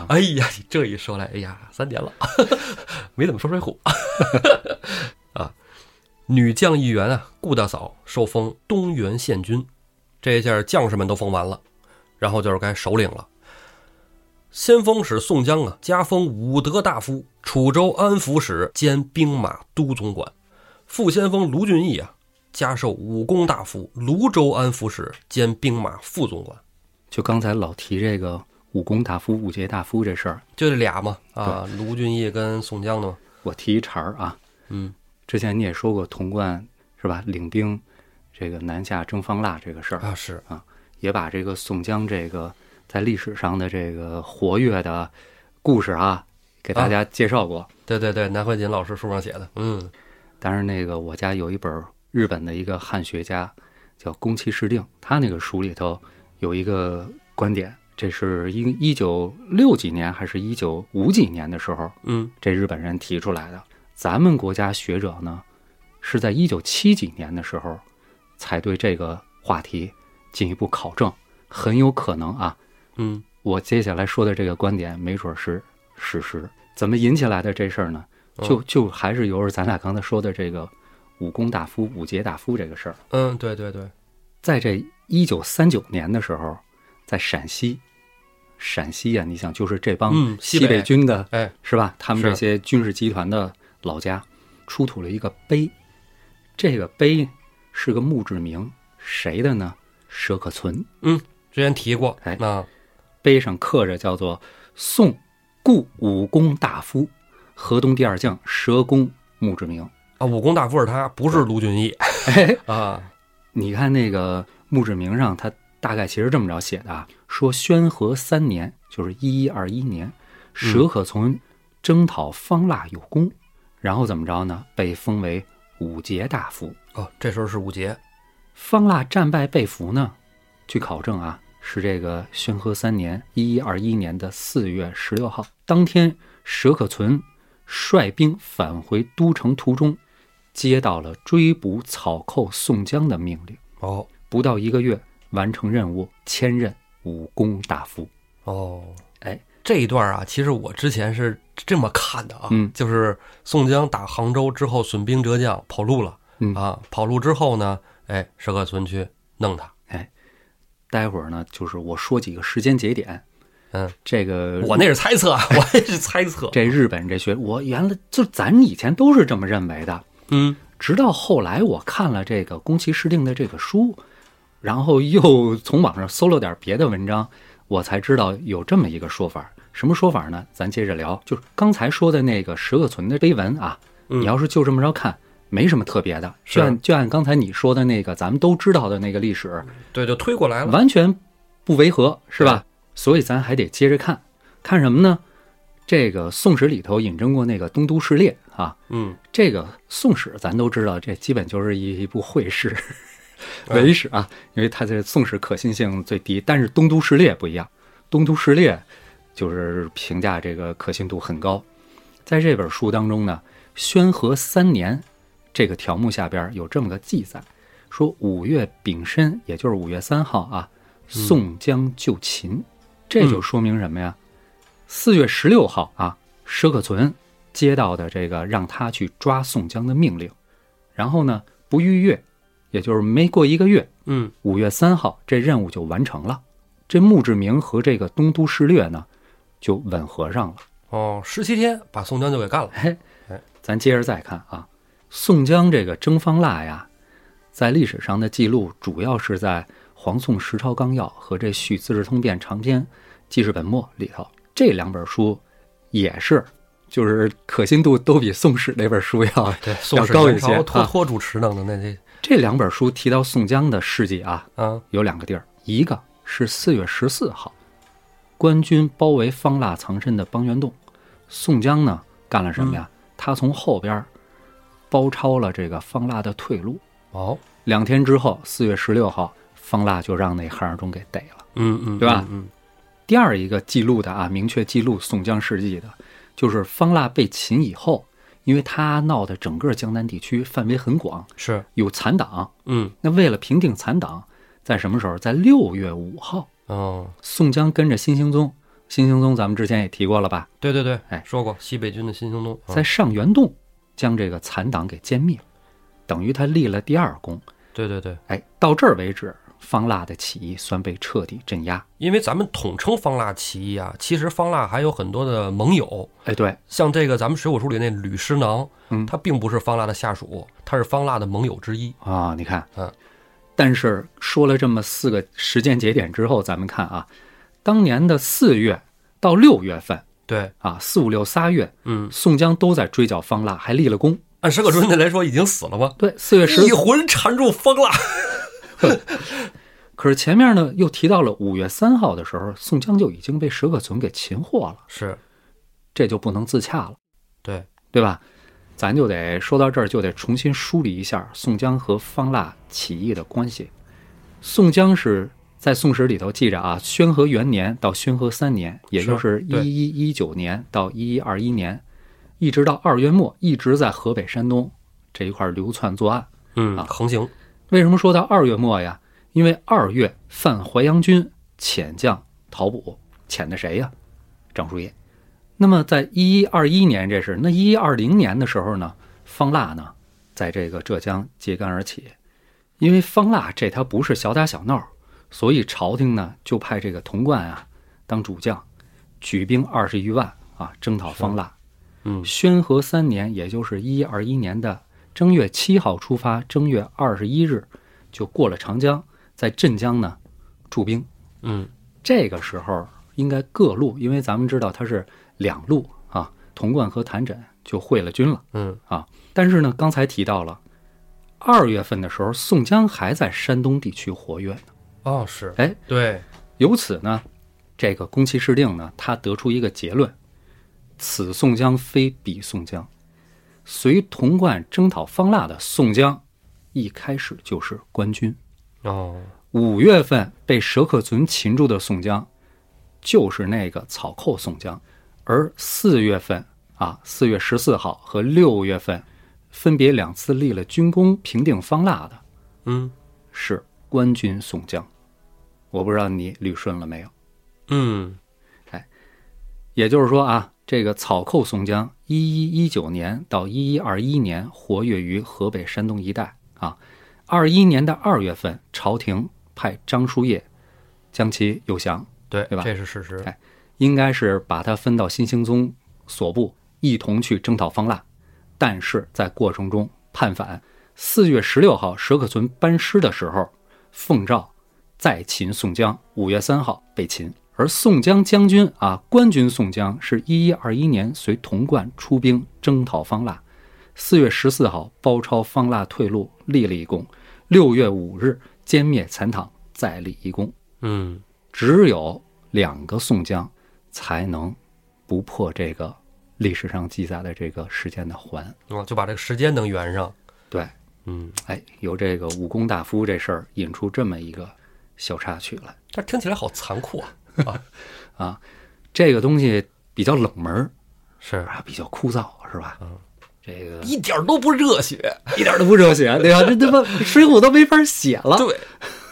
S1: 哎呀，你这一说来，哎呀，三年了， 没怎么说水浒 啊。女将一员啊，顾大嫂受封东原县君，这一下将士们都封完了，然后就是该首领了。先锋使宋江啊，加封武德大夫、楚州安抚使兼兵马都总管；副先锋卢俊义啊，加授武功大夫、泸州安抚使兼兵马副总管。
S2: 就刚才老提这个武功大夫、五节大夫这事儿，
S1: 就这俩嘛，啊，卢俊义跟宋江的嘛，
S2: 我提一茬儿啊。
S1: 嗯，
S2: 之前你也说过童贯是吧？领兵这个南下征方腊这个事儿，
S1: 啊，是
S2: 也把这个宋江这个在历史上的这个活跃的故事啊，给大家介绍过。
S1: 对对对，南怀瑾老师书上写的，嗯，
S2: 当然，那个我家有一本日本的一个汉学家叫宫崎市定，他那个书里头有一个观点，这是一一九六几年还是一九五几年的时候，
S1: 嗯，
S2: 这日本人提出来的。咱们国家学者呢，是在一九七几年的时候才对这个话题进一步考证，很有可能啊，
S1: 嗯，
S2: 我接下来说的这个观点，没准是事实。怎么引起来的这事儿呢？
S1: 嗯
S2: 就就还是由着咱俩刚才说的这个武功大夫、武节大夫这个事儿。
S1: 嗯，对对对，
S2: 在这一九三九年的时候，在陕西，陕西呀、你想就是这帮
S1: 嗯西北
S2: 北军的，
S1: 哎，
S2: 是吧？他们
S1: 是
S2: 这些军事集团的老家，出土了一个碑，这个碑是个墓志铭，谁的呢？佘可存。
S1: 之前提过，
S2: 哎
S1: 那
S2: 碑上刻着叫做“宋故武功大夫河东第二将佘公墓志铭
S1: 啊，武功大夫是他，不是卢俊义”。啊，
S2: 你看那个墓志铭上，他大概其实这么着写的啊，说宣和三年，就是一一二一年，佘可存征讨方腊有功，然后怎么着呢？被封为五节大夫。
S1: 哦，这时候是五杰，
S2: 方腊战败被俘呢，据考证啊，是这个宣和三年（一一二一年）的四月十六号当天，佘可存率兵返回都城途中，接到了追捕草寇宋江的命令，
S1: 哦
S2: 不到一个月完成任务，迁任武功大夫。
S1: 哦，
S2: 哎，
S1: 这一段啊，其实我之前是这么看的啊，
S2: 嗯
S1: 就是宋江打杭州之后损兵折将，跑路了，
S2: 嗯
S1: 啊，跑路之后呢，哎，石可存去弄他，
S2: 待会儿呢，就是我说几个时间节点。
S1: 嗯，
S2: 这个
S1: 我那是猜测，啊，我也是猜测，
S2: 这日本这学，我原来就咱以前都是这么认为的。
S1: 嗯，
S2: 直到后来我看了这个宫崎市定的这个书，然后又从网上搜了点别的文章，我才知道有这么一个说法。什么说法呢？咱接着聊，就是刚才说的那个石可存的碑文啊，
S1: 嗯
S2: 你要是就这么着看，没什么特别的，
S1: 是
S2: 就按就按刚才你说的那个咱们都知道的那个历史，
S1: 对，就推过来了。
S2: 完全不违和，是吧？所以咱还得接着看，看什么呢？这个《宋史》里头引证过那个东都事烈啊，
S1: 嗯，
S2: 这个《宋史》咱都知道，这基本就是一一部会史、
S1: 嗯
S2: 伪史啊，因为它这《宋史》可信性最低。但是《东都事列》不一样，《东都事列》就是评价这个可信度很高。在这本书当中呢，宣和三年这个条目下边有这么个记载，说五月丙申，也就是五月三号啊，宋江救秦，这就说明什么呀？四月十六号啊，佘可存接到的这个让他去抓宋江的命令，然后呢不逾越，也就是没过一个月，
S1: 嗯，
S2: 五月三号这任务就完成了。这墓志铭和这个东都事略呢就吻合上了。
S1: 哦，十七天把宋江就给干了。
S2: 哎
S1: 哎，
S2: 咱接着再看啊，宋江这个征方腊呀，在历史上的记录主要是在《黄宋十钞纲要》和这《续资治通鉴长编记事本末》里头，这两本书也是，就是可信度都比《宋史》那本书要
S1: 对，宋史
S2: 要高
S1: 前
S2: 一些
S1: 朝托
S2: 啊
S1: 托主持弄的那些
S2: 这两本书提到宋江的事迹啊，
S1: 啊，
S2: 有两个地儿，一个是四月十四号，官军包围方腊藏身的邦源洞，宋江呢干了什么呀？他从后边儿包抄了这个方腊的退路。
S1: 哦，
S2: 两天之后，四月十六号，方腊就让那韩世忠给逮了。
S1: 嗯嗯，
S2: 对吧
S1: 嗯，
S2: 第二一个记录的啊，明确记录宋江事迹的，就是方腊被擒以后，因为他闹的整个江南地区范围很广
S1: 嗯，是，
S2: 有残党。
S1: 嗯，
S2: 那为了平定残党，在什么时候？在六月五号。
S1: 哦，
S2: 宋江跟着新兴宗，新兴宗咱们之前也提过了吧，
S1: 对对对，
S2: 哎
S1: 说过西北军的新兴宗，啊
S2: 在上元洞将这个残党给歼灭，等于他立了第二功。
S1: 对对对，
S2: 哎，到这儿为止，方腊的起义算被彻底镇压。
S1: 因为咱们统称方腊起义啊，其实方腊还有很多的盟友，
S2: 哎，对，
S1: 像这个咱们《水浒》书里那吕师囊，
S2: 嗯
S1: 他并不是方腊的下属，他是方腊的盟友之一。
S2: 啊、你看，
S1: 嗯，
S2: 但是说了这么四个时间节点之后，咱们看啊，当年的四月到六月份
S1: 对，
S2: 啊，四五六仨月，
S1: 嗯，
S2: 宋江都在追剿方腊，还立了功。
S1: 按史可春的来说，已经死了吗？
S2: 对，四月十
S1: 一魂缠住方腊，
S2: 可是前面呢又提到了五月三号的时候，宋江就已经被佘可存给擒获了，
S1: 是
S2: 这就不能自洽了，
S1: 对，
S2: 对吧？咱就得说到这儿，就得重新梳理一下宋江和方腊起义的关系。宋江是在《宋史》里头记着啊，宣和元年到宣和三年，也就是
S1: 对
S2: 一一一九年到一一二一年，一直到二月末，一直在河北、山东这一块儿流窜作案。
S1: 嗯，
S2: 啊
S1: 横行，
S2: 为什么说到二月末呀？因为二月犯淮阳军遣将讨捕，遣的谁呀？张叔夜。那么在一一二一年，这是那一一二零年的时候呢，方腊呢，在这个浙江揭竿而起。因为方腊这他不是小打小闹，所以朝廷呢就派这个童贯啊当主将，举兵二十余万啊征讨方腊。
S1: 嗯
S2: 宣和三年，也就是一二一年的正月七号出发，正月二十一日就过了长江，在镇江呢驻兵。
S1: 嗯，
S2: 这个时候应该各路，因为咱们知道它是两路啊，童贯和谭枕就会了军了。
S1: 嗯
S2: 啊，但是呢，刚才提到了二月份的时候，宋江还在山东地区活跃呢。
S1: 哦，是，
S2: 哎，
S1: 对，
S2: 由此呢，这个宫崎市定呢，他得出一个结论：此宋江非彼宋江。随童贯征讨方腊的宋江，一开始就是官军。
S1: 哦，
S2: 五月份被佘克存擒住的宋江，就是那个草寇宋江。而四月份啊，四月十四号和六月份，分别两次立了军功平定方腊的
S1: 嗯
S2: 是官军宋江。我不知道你捋顺了没有？
S1: 嗯，
S2: 也就是说啊，这个草寇宋江，一一一九年到一一二一年活跃于河北、山东一带啊。二一年的二月份，朝廷派张叔夜将其诱降，
S1: 对，
S2: 对吧
S1: 这是事实。
S2: 哎应该是把他分到新兴宗所部，一同去征讨方腊。但是在过程中叛反。四月十六号，佘可存班师的时候，奉诏再擒宋江。五月三号被擒。而宋江将军啊，官军宋江是一一二一年随童贯出兵征讨方腊，四月十四号包抄方腊退路，立了一功；六月五日歼灭残党，再立一功。
S1: 嗯，
S2: 只有两个宋江才能不破这个历史上记载的这个时间的环。
S1: 我就把这个时间能圆上。
S2: 对，
S1: 嗯，
S2: 哎，由这个武功大夫这事儿引出这么一个小插曲来。
S1: 但听起来好残酷啊！
S2: 这个东西比较冷门儿
S1: 是
S2: 啊，比较枯燥，是吧？嗯，这个
S1: 一点都不热血。
S2: 一点都不热血，对吧？这他妈《水浒》都没法写了，
S1: 对，啊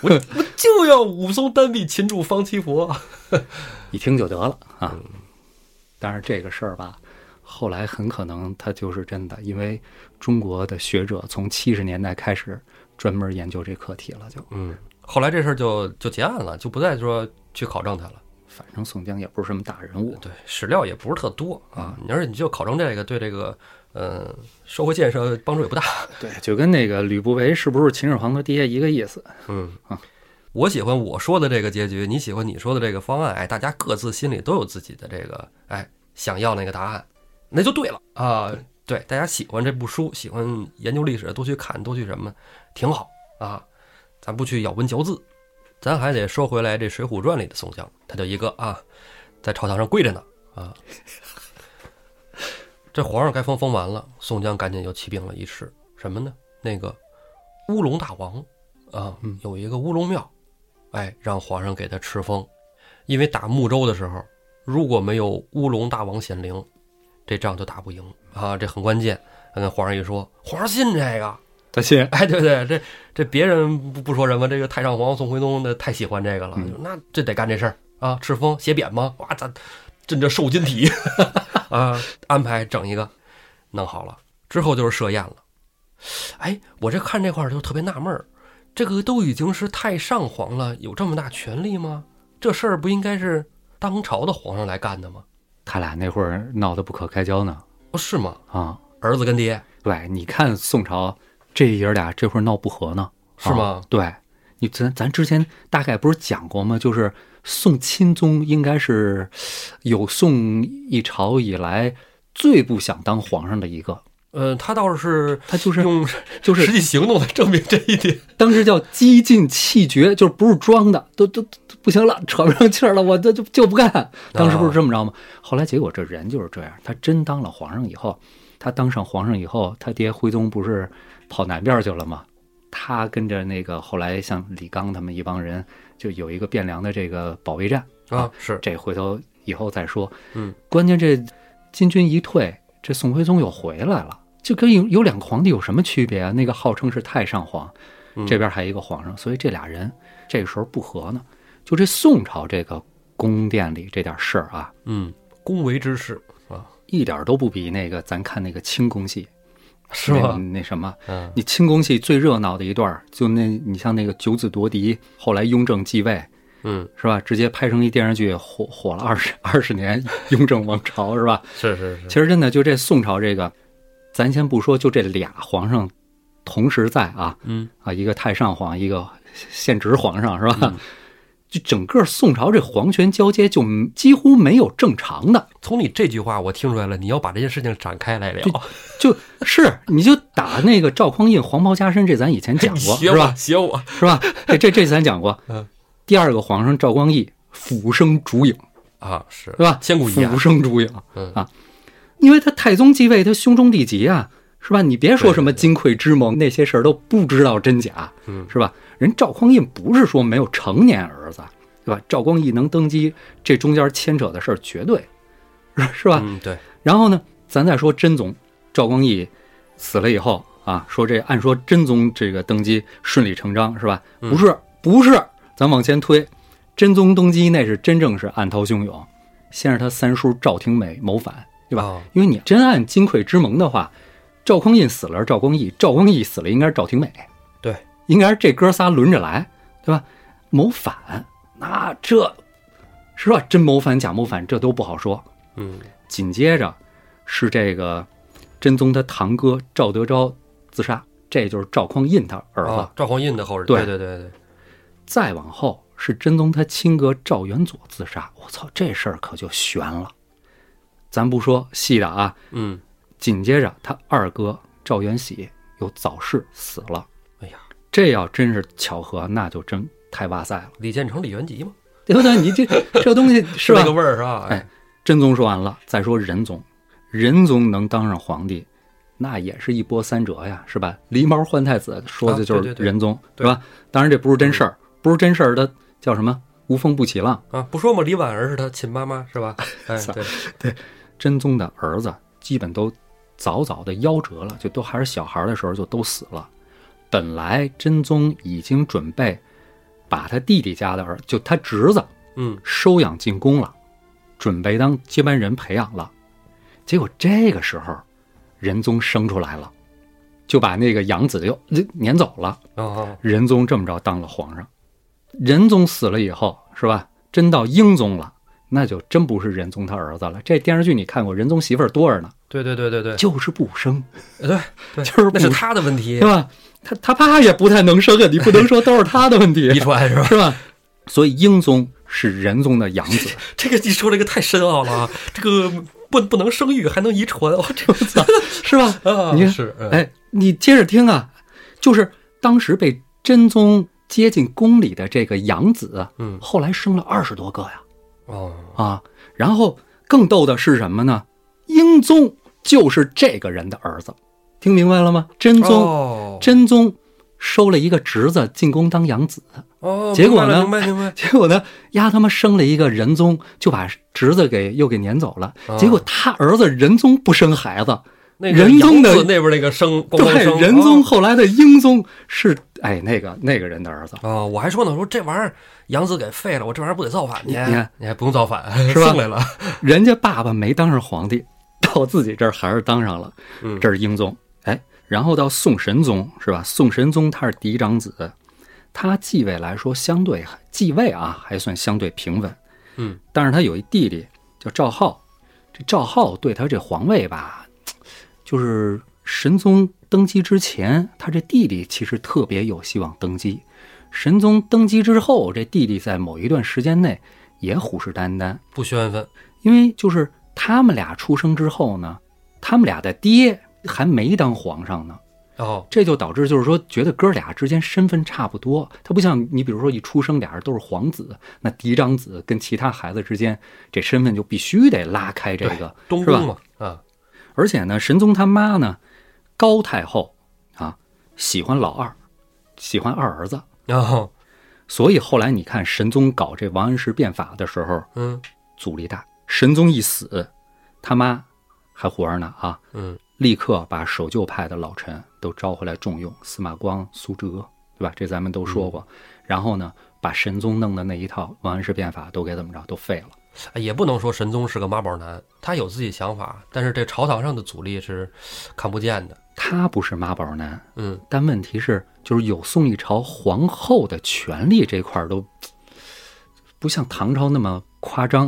S1: 我我就要武松单臂擒住方七佛。
S2: 一听就得了啊。但是这个事儿吧，后来很可能它就是真的，因为中国的学者从七十年代开始专门研究这课题了，就
S1: 嗯，后来这事儿就就结案了，就不再说去考证它了。
S2: 反正宋江也不是什么大人物，
S1: 对，史料也不是特多啊。你要是你就考证这个，对这个呃社会建设帮助也不大。
S2: 对，就跟那个吕不韦是不是秦始皇他爹一个意思。
S1: 嗯，我喜欢我说的这个结局，你喜欢你说的这个方案，哎，大家各自心里都有自己的这个哎想要那个答案，那就对了啊。对，大家喜欢这部书，喜欢研究历史，多去看，多去什么，挺好啊。咱不去咬文嚼字，咱还得说回来，这《水浒传》里的宋江，他就一个啊，在朝堂上跪着呢啊。 这皇上该封封完了，宋江赶紧又起兵了一事，什么呢？那个乌龙大王啊，有一个乌龙庙，哎，让皇上给他敕封，因为打睦州的时候，如果没有乌龙大王显灵，这仗就打不赢啊，这很关键。跟皇上一说，皇上信这个，
S2: 他信，
S1: 哎，对对，这这别人不不说什么，这个太上皇宋徽宗的太喜欢这个了，
S2: 嗯
S1: 就那这得干这事儿啊，敕封写匾吗？哇，咱朕这受金 体啊，安排整一个，弄好了之后就是设宴了。哎，我这看这块儿就特别纳闷儿，这个都已经是太上皇了，有这么大权力吗？这事儿不应该是当朝的皇上来干的吗？
S2: 他俩那会儿闹得不可开交呢
S1: 不是吗？
S2: 啊！
S1: 儿子跟爹
S2: 对，你看宋朝这爷俩这会儿闹不和呢，
S1: 是吗？
S2: 对，你咱咱之前大概不是讲过吗？就是宋钦宗应该是有宋一朝以来最不想当皇上的一个，
S1: 呃，他倒是
S2: 他就是
S1: 用
S2: 就是
S1: 实际行动来证明这一点。
S2: 当时叫几近气绝，就是不是装的，都都都不行了，喘不上气儿了，我这就就不干。当时不是这么着吗？后来结果这人就是这样，他真当了皇上以后，他当上皇上以后，他爹徽宗不是跑南边去了吗？他跟着那个后来像李纲他们一帮人，就有一个汴梁的这个保卫战，
S1: 啊，是
S2: 这回头以后再说。
S1: 嗯，
S2: 关键这金军一退，这宋徽宗又回来了，就跟有有两个皇帝有什么区别啊？那个号称是太上皇，
S1: 嗯
S2: 这边还有一个皇上，所以这俩人这个时候不和呢。就这宋朝这个宫殿里这点事儿啊，
S1: 嗯，恭维之 事啊，
S2: 一点都不比那个咱看那个清宫戏
S1: 是
S2: 那
S1: 吗？
S2: 那什么，
S1: 嗯
S2: 你清宫戏最热闹的一段儿，就那你像那个九子夺嫡，后来雍正继位，
S1: 嗯，
S2: 是吧？直接拍成一电视剧，火火了二十二十年，《雍正王朝》是吧？
S1: 是是是，
S2: 其实真的就这宋朝这个，咱先不说，就这俩皇上同时在啊
S1: 嗯
S2: 啊，一个太上皇，一个现职皇上是吧？就整个宋朝这皇权交接，就几乎没有正常的，
S1: 从你这句话我听出来了，你要把这件事情展开来聊，
S2: 就是你就打那个赵匡胤黄袍加身，这咱以 前讲
S1: 你
S2: 过
S1: 学
S2: 是吧
S1: 我？学我，
S2: 是吧？这这这咱讲过
S1: 嗯。
S2: 第二个皇上赵光义俯生烛影，
S1: 啊，是
S2: 对吧？
S1: 千古一
S2: 俯
S1: 案，
S2: 生烛影，
S1: 嗯
S2: 啊，因为他太宗继位，他兄终弟及啊，是吧？你别说什么金匮之盟那些事儿都不知道真假，
S1: 嗯
S2: 是吧？人赵匡胤不是说没有成年儿子，对吧？赵光义能登基，这中间牵扯的事儿绝对，是是吧？
S1: 嗯，对，
S2: 然后呢，咱再说真宗赵光义死了以后啊，说这按说真宗这个登基顺理成章是吧？不是，不是，咱往前推，真宗登基那是真正是暗涛汹涌，先是他三叔赵廷美谋反，对吧？
S1: 哦
S2: 因为你真按金匮之盟的话，赵匡胤死了是赵光义，赵光义死了应该是赵廷美，
S1: 对，
S2: 应该是这哥仨轮着来，对吧？谋反，那这是吧？真谋反假谋反这都不好说，
S1: 嗯
S2: 紧接着是这个真宗他堂哥赵德昭自杀，这就是赵匡胤他儿子。
S1: 啊，赵匡胤的后人，
S2: 对
S1: 对对对对，
S2: 再往后是真宗他亲哥赵元佐自杀，我操，这事儿可就悬了。咱不说细的啊，
S1: 嗯
S2: 紧接着他二哥赵元喜有早逝死了。
S1: 哎呀，
S2: 这要真是巧合，那就真太哇塞了，
S1: 李建成、李元吉嘛，
S2: 对不对？你这这东 西是吧
S1: 这？个味儿是吧？
S2: 哎，真宗说完了，再说仁宗，仁宗能当上皇帝，那也是一波三折呀，是吧？狸猫换太子说的就
S1: 啊对
S2: 是
S1: 对对
S2: 仁宗，
S1: 对嗯
S2: 是吧？当然这不是真事儿，不是真事儿，他叫什么？无风不起浪。
S1: 啊，不说嘛，李婉儿是他亲妈妈是 吧？哎，对，
S2: 真宗的儿子基本都早早的夭折了，就都还是小孩儿的时候就都死了。本来真宗已经准备把他弟弟家的儿，就他侄子
S1: 嗯，
S2: 收养进宫了，准备当接班人培养了。结果这个时候，仁宗生出来了，就把那个养子就就撵走了。
S1: 哦，
S2: 仁宗这么着当了皇上。仁宗死了以后，是吧？真到英宗了，那就真不是仁宗他儿子了。这电视剧你看过，仁宗媳妇儿多着呢，
S1: 对对对对对，
S2: 就是不生，
S1: 对对，
S2: 就是不
S1: 那是他的问题
S2: 对，吧？他他爸也不太能生啊，你不能说都是他的问题
S1: 遗，传是吧？
S2: 是吧？所以英宗是仁宗的养子，
S1: 这个你说这个太深奥了啊， 这个不不能生育还能遗传，我 这
S2: 是吧？
S1: 啊，
S2: 你看
S1: 是哎
S2: 哎，你接着听啊，就是当时被真宗接进宫里的这个养子，
S1: 嗯
S2: 后来生了二十多个呀。
S1: 哦，
S2: 啊。然后更逗的是什么呢？英宗就是这个人的儿子，听明白了吗？真宗、
S1: 哦
S2: 真宗收了一个侄子进宫当养子，
S1: 哦，
S2: 结果呢
S1: 明白了明白明白，
S2: 结果呢，丫他妈生了一个仁宗，就把侄子给又给撵走了。
S1: 哦
S2: 结果他儿子仁宗不生孩子，
S1: 那个
S2: 仁宗的
S1: 杨字那边那个生，光光
S2: 对
S1: 生，
S2: 仁宗
S1: 哦
S2: 后来的英宗是哎那个那个人的儿子。
S1: 哦，我还说呢，我说这玩意儿杨子给废了，我这玩意儿不得造反去？你
S2: 你看
S1: 还不用造反，
S2: 是吧
S1: 送来了，
S2: 人家爸爸没当上皇帝，到自己这儿还是当上了
S1: 嗯，
S2: 这是英宗。哎，然后到宋神宗是吧？宋神宗他是嫡长子，他继位来说相对继位啊还算相对平稳，
S1: 嗯，
S2: 但是他有一弟弟叫赵浩，这赵浩对他这皇位吧，就是神宗登基之前，他这弟弟其实特别有希望登基。神宗登基之后，这弟弟在某一段时间内也虎视眈眈，
S1: 不宣愤，
S2: 因为就是他们俩出生之后呢，他们俩的爹还没当皇上呢，
S1: 哦
S2: 这就导致就是说，觉得哥俩之间身份差不多。他不像你，比如说一出生俩人都是皇子，那嫡长子跟其他孩子之间这身份就必须得拉开这个。
S1: 东
S2: 是吧
S1: 宫嘛啊，
S2: 而且呢，神宗他妈呢，高太后啊，喜欢老二，喜欢二儿子，
S1: 然后
S2: 所以后来你看神宗搞这王安石变法的时候，
S1: 嗯
S2: 阻力大。神宗一死，他妈还活着呢啊，
S1: 嗯
S2: 立刻把守旧派的老臣都招回来重用，司马光、苏辙，对吧？这咱们都说过。然后呢，把神宗弄的那一套王安石变法都给怎么着都废了。
S1: 哎也不能说神宗是个妈宝男，他有自己想法，但是这朝堂上的阻力是看不见的。
S2: 他不是妈宝男，
S1: 嗯，
S2: 但问题是，就是有宋一朝皇后的权力这块儿都不像唐朝那么夸张，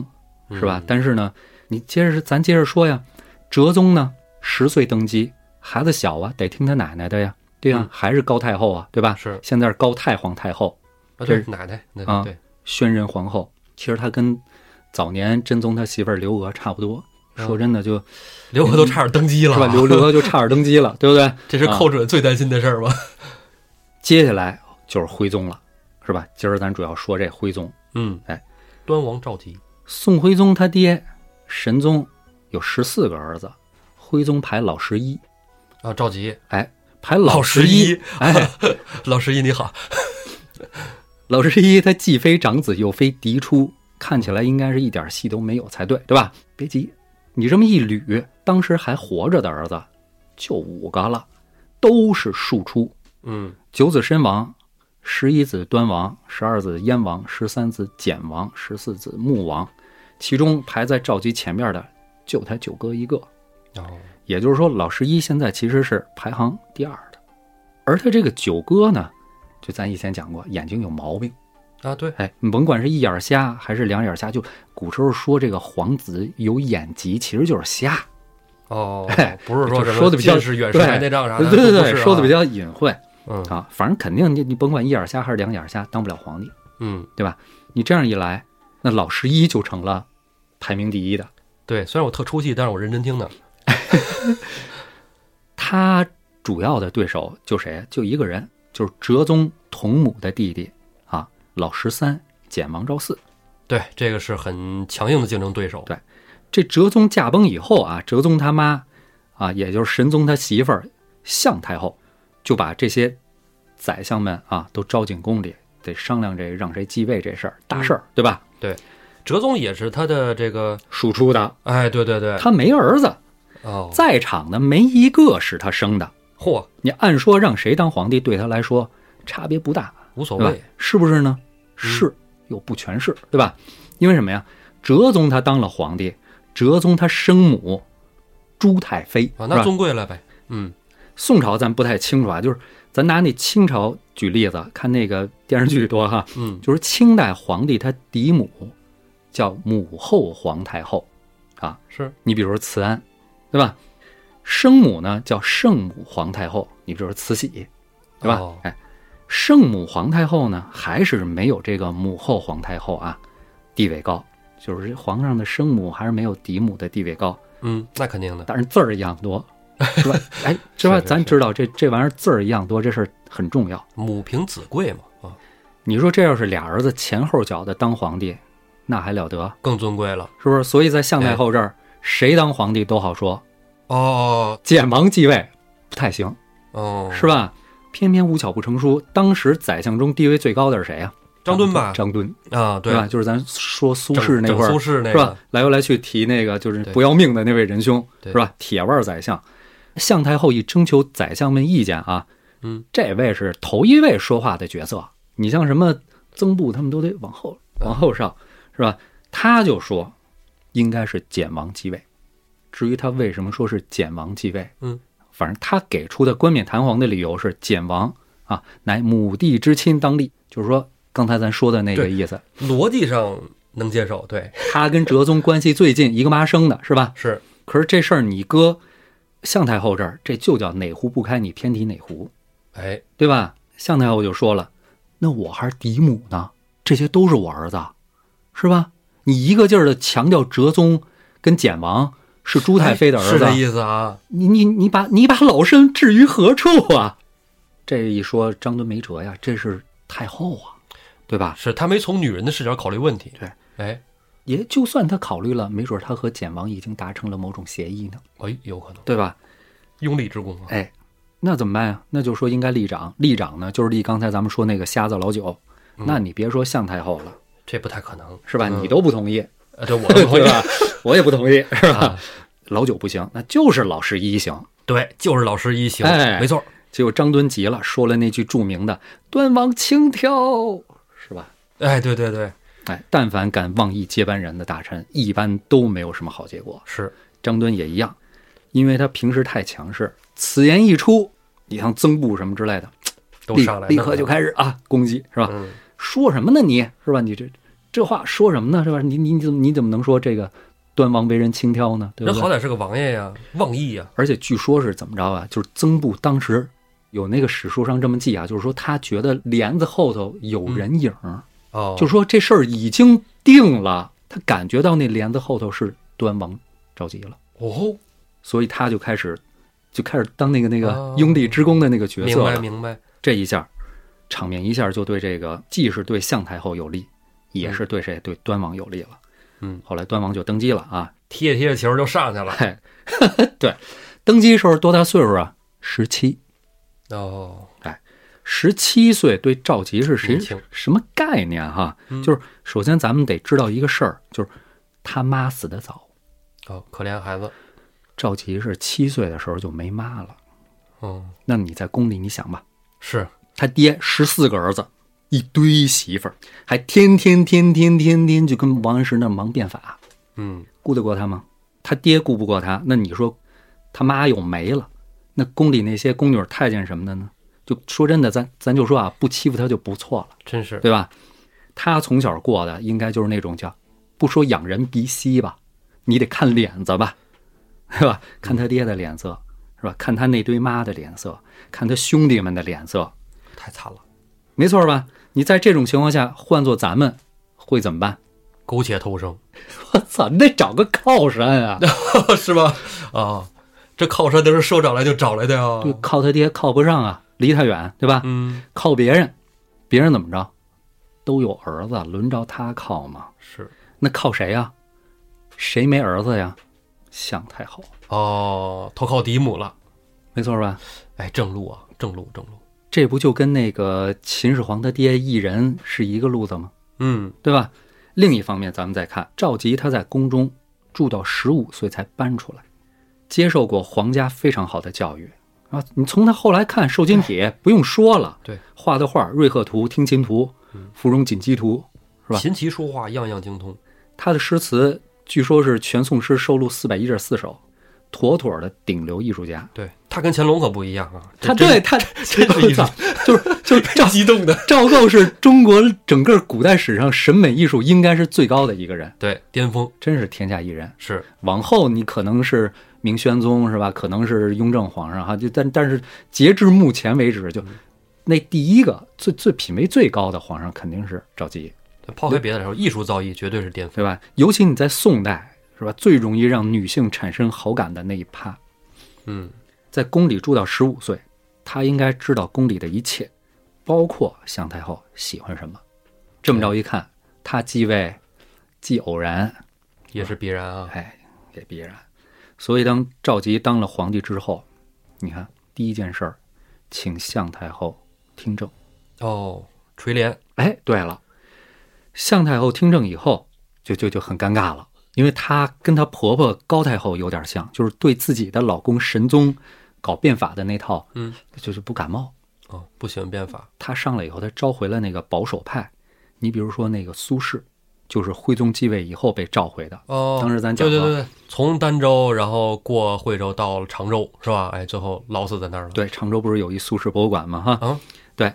S2: 是
S1: 嗯
S2: 吧？但是呢，你接着咱接着说呀，哲宗呢十岁登基，孩子小啊，得听他奶奶的呀，对呀、
S1: 嗯
S2: 还是高太后啊，对吧？
S1: 是
S2: 现在是高太皇太后，
S1: 啊，
S2: 这
S1: 对
S2: 是，
S1: 奶奶，对
S2: 啊
S1: 对，
S2: 宣仁皇后。其实她跟早年真宗他媳妇儿刘娥差不多，
S1: 嗯
S2: 说真 的就、
S1: 刘娥都差点登基了，啊
S2: 是吧？刘啊刘娥就差点登基了，对不对？
S1: 这是寇准最担心的事 儿吧？
S2: 接下来就是徽宗了，是吧？今儿咱主要说这徽宗。
S1: 嗯，
S2: 哎，
S1: 端王赵佶，
S2: 宋徽宗他爹神宗有十四个儿子，徽宗排老十一，
S1: 啊，赵佶，
S2: 哎，排老
S1: 十
S2: 一，
S1: 一，
S2: 哎，
S1: 老十一你好，
S2: 老十一他既非长子又非嫡出，看起来应该是一点戏都没有才对，对吧？别急，你这么一捋，当时还活着的儿子就五个了，都是庶出，
S1: 嗯，
S2: 九子身王，十一子端王，十二子燕王，十三子简王，十四子穆王，其中排在赵姬前面的就他九哥一个。
S1: 哦，
S2: 也就是说，老十一现在其实是排行第二的。而他这个九哥呢，就咱以前讲过，眼睛有毛病。
S1: 啊对，
S2: 哎，你甭管是一眼瞎还是两眼瞎，就古时候说这个皇子有眼疾，其实就是瞎。
S1: 哦
S2: 哎，
S1: 不是说
S2: 就
S1: 什么
S2: 说得比较
S1: 近视远视白内障啥的，
S2: 对对
S1: 都不
S2: 对，
S1: 是啊
S2: 说的比，较隐晦
S1: 嗯
S2: 啊。反正肯定你你甭管一眼瞎还是两眼瞎，当不了皇帝。
S1: 嗯，
S2: 你这样一来，那老十一就成了排名第一的。
S1: 对，虽然我特出戏，但是我认真听的，
S2: 他主要的对手就谁？就一个人，就是哲宗同母的弟弟啊，老十三简王昭嗣。
S1: 对，这个是很强硬的竞争对手。
S2: 对这哲宗驾崩以后啊，哲宗他妈啊，也就是神宗他媳妇儿向太后，就把这些宰相们啊都招进宫里，得商量这让谁继位这事儿，大事儿，对吧？
S1: 哲宗也是他的这个，
S2: 庶出的，
S1: 哎，对对对，
S2: 他没儿子，
S1: 哦，
S2: 在场的没一个是他生的。
S1: 嚯，
S2: 你按说让谁当皇帝，对他来说差别不大，
S1: 无所
S2: 对吧
S1: 谓，？嗯
S2: 是不是呢？是又不全是，对吧？因为什么呀？哲宗他当了皇帝，哲宗他生母朱太妃
S1: 啊，
S2: 是
S1: 那
S2: 吧？
S1: 尊贵了呗。嗯，
S2: 宋朝咱不太清楚啊，就是咱拿那清朝举例子，看那个电视剧多哈，
S1: 嗯，
S2: 就是清代皇帝他嫡母叫母后皇太后，啊
S1: 是
S2: 你比如说慈安，对吧？生母呢叫圣母皇太后，你比如说慈禧，对吧？
S1: 哦
S2: 哎，圣母皇太后呢还是没有这个母后皇太后啊地位高，就是皇上的生母还是没有嫡母的地位高，
S1: 嗯，那肯定的。
S2: 但是字儿一样 多，是吧？哎，是吧？
S1: 是是
S2: 咱知道这这玩意儿字儿一样多，这事儿很重要。
S1: 母凭子贵嘛，啊，
S2: 你说这要是俩儿子前后脚的当皇帝，那还了得，
S1: 更尊贵了。
S2: 是不是？所以在向
S1: 哎
S2: 太后这儿，谁当皇帝都好说，
S1: 哦
S2: 简王继位不太行。
S1: 哦，
S2: 是吧？偏偏无巧不成书，当时宰相中地位最高的是谁呀、
S1: 张敦吧？
S2: 张敦，
S1: 啊，对
S2: 对吧？就是咱说苏
S1: 整
S2: 轼那
S1: 整
S2: 会儿，
S1: 苏轼那
S2: 是
S1: 个
S2: 吧？？来回来去提那个就是
S1: 对
S2: 不要命的那位仁兄，
S1: 对
S2: 是吧？铁腕宰相，向太后一征求宰相们意见啊，
S1: 嗯，
S2: 这位是头一位说话的角色，你像什么曾布他们都得往后
S1: 嗯
S2: 往后上，是吧？他就说，应该是简王继位。至于他为什么说是简王继位，
S1: 嗯，
S2: 反正他给出的冠冕堂皇的理由是简王啊，乃母弟之亲当立，就是说刚才咱说的那个
S1: 对
S2: 意思。
S1: 逻辑上能接受，对，
S2: 他跟哲宗关系最近，一个妈生的是吧？
S1: 是
S2: 可是这事儿你搁向太后这儿，这就叫哪壶不开你偏提哪壶，
S1: 哎，
S2: 对吧？向太后就说了，那我还是嫡母呢，这些都是我儿子，是吧？你一个劲儿的强调哲宗跟简王是朱太妃的儿
S1: 哎是
S2: 子，
S1: 这意思啊？
S2: 你你你把你把老身置于何处啊？这一说张敦没辙呀，这是太后啊，对吧？
S1: 是他没从女人的视角考虑问题。
S2: 对，
S1: 哎，
S2: 也就算他考虑了，没准他和简王已经达成了某种协议呢，
S1: 哎，有可能
S2: 对吧？
S1: 拥立之功啊。
S2: 哎，那怎么办呀？那就说应该立长，立长呢就是立刚才咱们说那个瞎子老九。
S1: 嗯
S2: 那你别说向太后了，
S1: 这不太可能，
S2: 是吧？你都不同意，
S1: 呃，对，嗯 我同意
S2: 对吧？我也不同意， 是啊吧？老九不行，那就是老十一行。
S1: 对，就是老师一行，
S2: 哎
S1: 没错，
S2: 结果张敦急了，说了那句著名的“端王轻佻”，是吧？
S1: 哎，对对对，
S2: 哎，但凡敢妄议接班人的大臣，一般都没有什么好结果。
S1: 是
S2: 张敦也一样，因为他平时太强势，此言一出，你像曾布什么之类的，
S1: 都
S2: 立
S1: 上来
S2: 立
S1: 弄
S2: 刻
S1: 了
S2: 就开始啊攻击，是吧？
S1: 嗯，
S2: 说什么呢你？是吧？你这这话说什么呢？是吧？你你你怎么你怎么能说这个端王为人轻佻呢？对
S1: 人
S2: 不
S1: 好
S2: 对？
S1: 歹是个王爷呀，妄议呀，
S2: 而且据说是怎么着啊？就是曾布当时有那个史书上这么记啊，就是说他觉得帘子后头有人影儿，
S1: 哦，
S2: 就是说这事儿已经定了，他感觉到那帘子后头是端王着急了，
S1: 哦，
S2: 所以他就开始就开始当那个那个
S1: 哦
S2: 拥立之功的那个角
S1: 明
S2: 色
S1: 白
S2: 了。
S1: 明白，
S2: 这一下，场面一下就对这个既是对向太后有利，也是对谁对端王有利了。
S1: 嗯，
S2: 后来端王就登基了啊，
S1: 踢着踢着球就上去了，
S2: 嘿， 对，登基时候多大岁数啊？十七，
S1: 哦，
S2: 十七岁对赵佶是谁
S1: 年轻
S2: 什么概念啊哈、
S1: 嗯
S2: 就是首先咱们得知道一个事儿，就是他妈死的早，
S1: 哦，可怜孩子，
S2: 赵佶是七岁的时候就没妈了。
S1: 嗯，
S2: 那你在宫里，你想吧，
S1: 是
S2: 他爹十四个儿子，一堆媳妇儿，还天天天天天天就跟王安石那忙变法，
S1: 嗯，
S2: 顾得过他吗？他爹顾不过他，那你说他妈又没了，那宫里那些宫女太监什么的呢？就说真的，咱咱就说啊，不欺负他就不错了，
S1: 真是
S2: 对吧？他从小过的应该就是那种叫，不说仰人鼻息吧，你得看脸子吧，对吧？看他爹的脸色，是吧？看他那堆妈的脸色，看他兄弟们的脸色，
S1: 太惨了，
S2: 没错吧？你在这种情况下，换做咱们会怎么办？
S1: 苟且偷生，
S2: 我操，你得找个靠山啊！
S1: 是吧？啊，这靠山都是社长来就找来的呀。
S2: 就 靠他爹靠不上啊，离他远，对吧？
S1: 嗯，
S2: 靠别人，别人怎么着，都有儿子，轮着他靠吗？
S1: 是
S2: 那靠谁呀、谁没儿子呀？向太后，
S1: 哦，投靠嫡母了。
S2: 没错吧？
S1: 哎，正路啊，正路，正路。
S2: 这不就跟那个秦始皇他爹异人是一个路子吗？
S1: 嗯，
S2: 对吧？另一方面，咱们再看赵佶，他在宫中住到十五岁才搬出来，接受过皇家非常好的教育啊。你从他后来看《瘦金体》，不用说了，
S1: 对，嗯
S2: 画的画《瑞鹤图》《听琴图》《芙蓉锦鸡图》，是吧
S1: 琴棋书画样样精通。
S2: 他的诗词据说是全宋诗收录四百一十四首，妥妥的顶流艺术家。
S1: 对他跟乾隆可不一样啊，这
S2: 他
S1: 真
S2: 对他，
S1: 真是艺术
S2: 就是就是赵
S1: 激动的，
S2: 赵构是中国整个古代史上审美艺术应该是最高的一个人，
S1: 对巅峰
S2: 真是天下一人。
S1: 是
S2: 往后你可能是明宣宗是吧？可能是雍正皇上哈，就但但是截至目前为止，就那第一个最最品位最高的皇上肯定是赵佶，
S1: 抛开别的来说，艺术造诣绝对是巅峰。
S2: 对吧？尤其你在宋代是吧，最容易让女性产生好感的那一趴，
S1: 嗯，
S2: 在宫里住到十五岁，他应该知道宫里的一切，包括向太后喜欢什么。这么着一看，他继位既偶然，
S1: 也是必然啊。
S2: 哎，也必然。所以当赵佶当了皇帝之后，你看第一件事儿，请向太后听政。
S1: 哦，垂帘
S2: 哎，对了，向太后听政以后，就就就很尴尬了，因为她跟她婆婆高太后有点像，就是对自己的老公神宗搞变法的那套，
S1: 嗯，
S2: 就是不感冒。
S1: 哦，不喜欢变法。
S2: 她上来以后，她召回了那个保守派，你比如说那个苏轼，就是徽宗继位以后被召回的，
S1: 哦，
S2: 当时咱讲啊
S1: 对对
S2: 过
S1: 对，对从儋州然后过惠州到了常州是吧？哎，最后老死在那儿了。
S2: 对，常州不是有一苏轼博物馆吗？哈，
S1: 啊
S2: 对，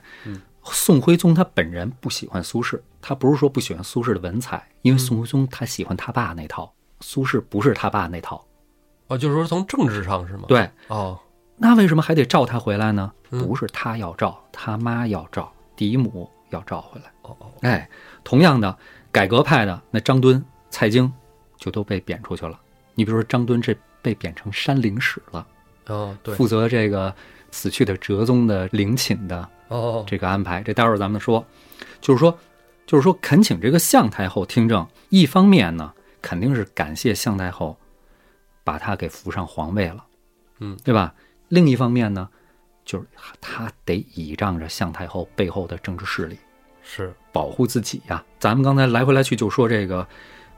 S2: 宋徽宗他本人不喜欢苏轼，他不是说不喜欢苏轼的文采，
S1: 嗯
S2: 因为宋徽宗他喜欢他爸那套，苏轼不是他爸那套。
S1: 哦，就是说从政治上是吗？，
S2: 对，
S1: 哦，
S2: 那为什么还得召他回来呢？
S1: 嗯
S2: 不是他要召，他妈要召，嫡母要召回来。
S1: 哦哦，
S2: 哎，同样的，改革派的那张敦、蔡京就都被贬出去了。你比如说张敦这被贬成山陵使了，
S1: 哦，对，
S2: 负责这个死去的哲宗的陵寝的
S1: 哦哦，
S2: 这个安排，这待会儿咱们说。就是说，就是说，恳请这个向太后听政，一方面呢，肯定是感谢向太后把他给扶上皇位了，
S1: 嗯，
S2: 对吧？另一方面呢，就是他得倚仗着向太后背后的政治势力，
S1: 是
S2: 保护自己呀、咱们刚才来回来去就说这个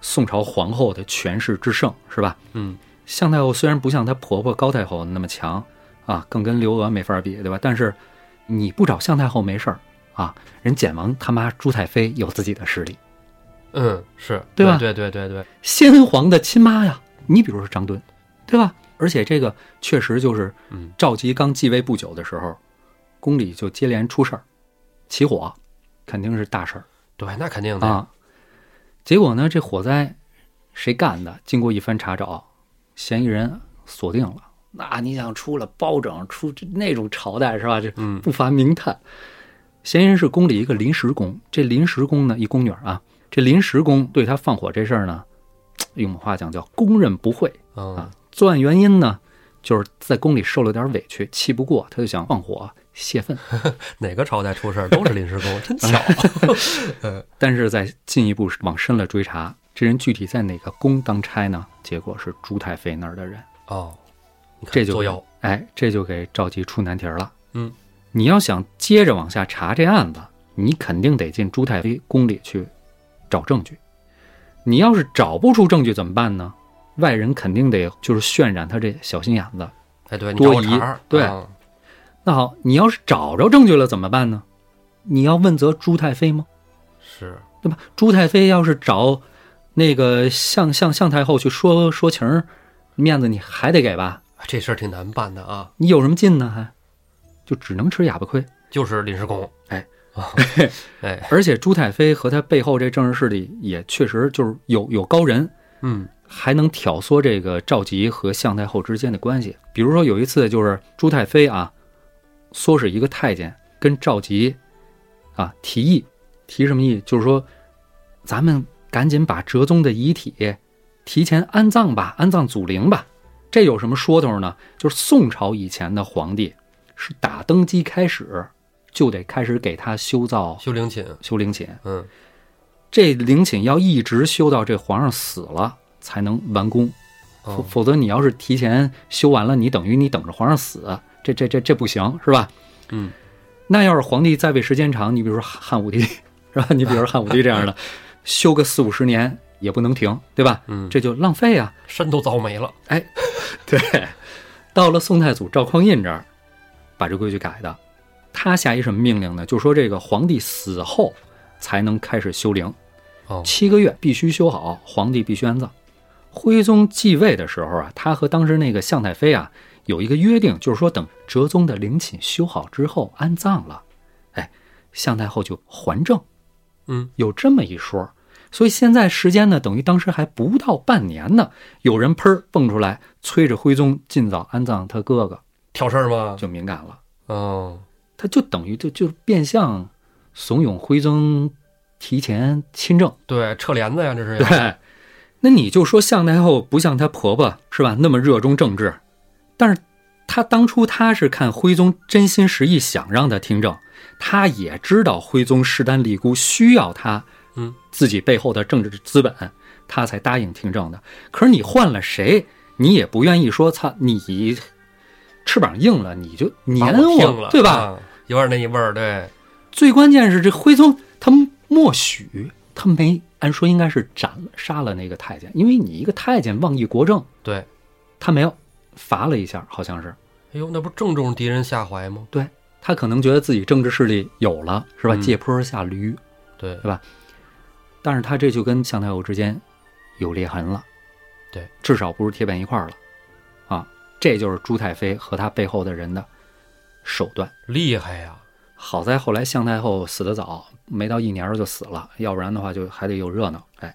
S2: 宋朝皇后的权势之盛，是吧？
S1: 嗯，
S2: 向太后虽然不像她婆婆高太后那么强啊，更跟刘娥没法比，对吧？但是你不找向太后没事儿啊，人简王他妈朱太妃有自己的势力，
S1: 嗯，是
S2: 对吧
S1: 对对对对，
S2: 先皇的亲妈呀，你比如说张敦，对吧？而且这个确实就是
S1: 嗯，
S2: 赵佶刚继位不久的时候，宫里就接连出事儿，起火，肯定是大事儿。
S1: 对，那肯定的。
S2: 啊。结果呢，这火灾谁干的？经过一番查找，嫌疑人锁定了。那你想出了包拯，出这那种朝代是吧？这
S1: 嗯
S2: 不乏名探。嫌疑人是宫里一个临时工，这临时工呢，一宫女儿啊，这临时工对他放火这事儿呢，用我们话讲叫供认不讳。
S1: 嗯
S2: 啊，作案原因呢，就是在宫里受了点委屈，气不过，他就想放火泄愤。
S1: 哪个朝代出事儿都是临时工，真巧。啊
S2: 但是在进一步往深了追查，这人具体在哪个宫当差呢？结果是朱太妃那儿的人，
S1: 哦，你看
S2: 这就
S1: 作妖。
S2: 哎，这就给赵佶出难题儿了。
S1: 嗯，
S2: 你要想接着往下查这案子，你肯定得进朱太妃宫里去找证据。你要是找不出证据怎么办呢？外人肯定得就是渲染他这小心眼子。
S1: 哎，对，你
S2: 多
S1: 找茬
S2: 疑
S1: 儿
S2: 对
S1: 啊
S2: 那好，你要是找着证据了怎么办呢？你要问责朱太妃吗？
S1: 是
S2: 对吧？朱太妃要是找那个向向向太后去说说情儿，面子你还得给吧？
S1: 这事儿挺难办的啊，
S2: 你有什么劲呢？还就只能吃哑巴亏。
S1: 就是临时工。
S2: 哎
S1: 啊，哎，
S2: 而且朱太妃和她背后这政治势力也确实就是有有高人，
S1: 嗯，
S2: 还能挑唆这个赵佶和向太后之间的关系。比如说有一次就是朱太妃啊，唆使一个太监跟赵佶啊提议，提什么议？就是说，咱们赶紧把哲宗的遗体提前安葬吧，安葬祖陵吧。这有什么说头呢？就是宋朝以前的皇帝是打登基开始就得开始给他修造
S1: 修陵寝，
S2: 修陵寝，
S1: 嗯，
S2: 这陵寝要一直修到这皇上死了才能完工，否
S1: 哦，
S2: 否则你要是提前修完了，你等于你等着皇上死，这这这这不行，是吧？
S1: 嗯，
S2: 那要是皇帝在位时间长，你比如说汉汉武帝， 是吧？你比如说汉武帝这样的， 修个四五十年也不能停，对吧？
S1: 嗯
S2: 这就浪费啊。
S1: 山都凿没了，
S2: 哎，对，到了宋太祖赵匡胤这儿，把这规矩改的。他下一什么命令呢？就说这个皇帝死后才能开始修陵，
S1: 哦，
S2: 七个月必须修好，皇帝必须安葬。徽宗继位的时候啊，他和当时那个向太妃啊有一个约定，就是说等哲宗的陵寝修好之后安葬了，哎，向太后就还政，
S1: 嗯，
S2: 有这么一说。所以现在时间呢，等于当时还不到半年呢，有人喷儿蹦出来，催着徽宗尽早安葬他哥哥，
S1: 挑事儿吗？
S2: 就敏感了，
S1: 哦，
S2: 他就等于就就变相怂恿徽宗提前亲政。
S1: 对，撤帘子呀，这是要，
S2: 对，那你就说向太后不像她婆婆是吧？那么热衷政治，但是她当初她是看徽宗真心实意想让她听政，她也知道徽宗势单力孤，需要她，
S1: 嗯，
S2: 自己背后的政治资本，她才答应听政的。可是你换了谁，你也不愿意说操你翅膀硬了，你就
S1: 把
S2: 撵
S1: 我听了，
S2: 对吧？
S1: 啊？有点那一味儿，对，
S2: 最关键是这徽宗他默许，他没按说应该是斩了杀了那个太监，因为你一个太监妄议国政，
S1: 对，
S2: 他没有罚了一下，好像是
S1: 哎呦，那不正中敌人下怀吗？
S2: 对他可能觉得自己政治势力有了，是吧？
S1: 嗯
S2: 借坡下驴，
S1: 对，
S2: 但是他这就跟向太后之间有裂痕了，
S1: 对，
S2: 至少不是铁板一块儿了，啊，这就是朱太妃和他背后的人的手段。
S1: 厉害呀！
S2: 好在后来向太后死得早，没到一年儿就死了，要不然的话就还得有热闹。哎，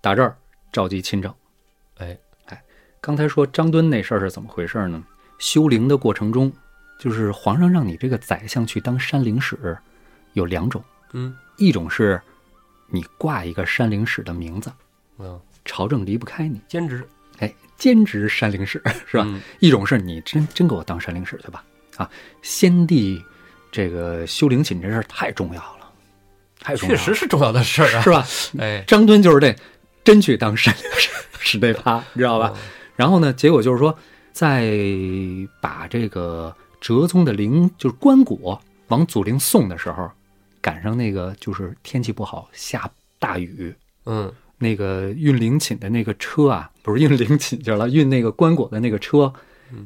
S2: 打这儿召集亲政。
S1: 哎
S2: 哎，刚才说张敦那事儿是怎么回事呢？修陵的过程中，就是皇上让你这个宰相去当山陵使，有两种，
S1: 嗯
S2: 一种是你挂一个山陵使的名字，
S1: 嗯，
S2: 朝政离不开你，
S1: 兼职
S2: 哎，兼职山陵使是吧？
S1: 嗯
S2: 一种是你真真给我当山陵使去吧，啊，先帝这个修陵寝这事儿太重要了，太重要
S1: 确
S2: 了，
S1: 实是重要的事儿啊
S2: 是。吧？
S1: 哎，
S2: 张敦就是这真去当山陵使使这趴，你知道
S1: 哦
S2: 吧？然后呢，结果就是说，在把这个哲宗的陵就是棺椁往祖陵送的时候，赶上那个就是天气不好，下大雨，
S1: 嗯，
S2: 那个运陵寝的那个车啊，不是运陵寝去了，运那个棺椁的那个车，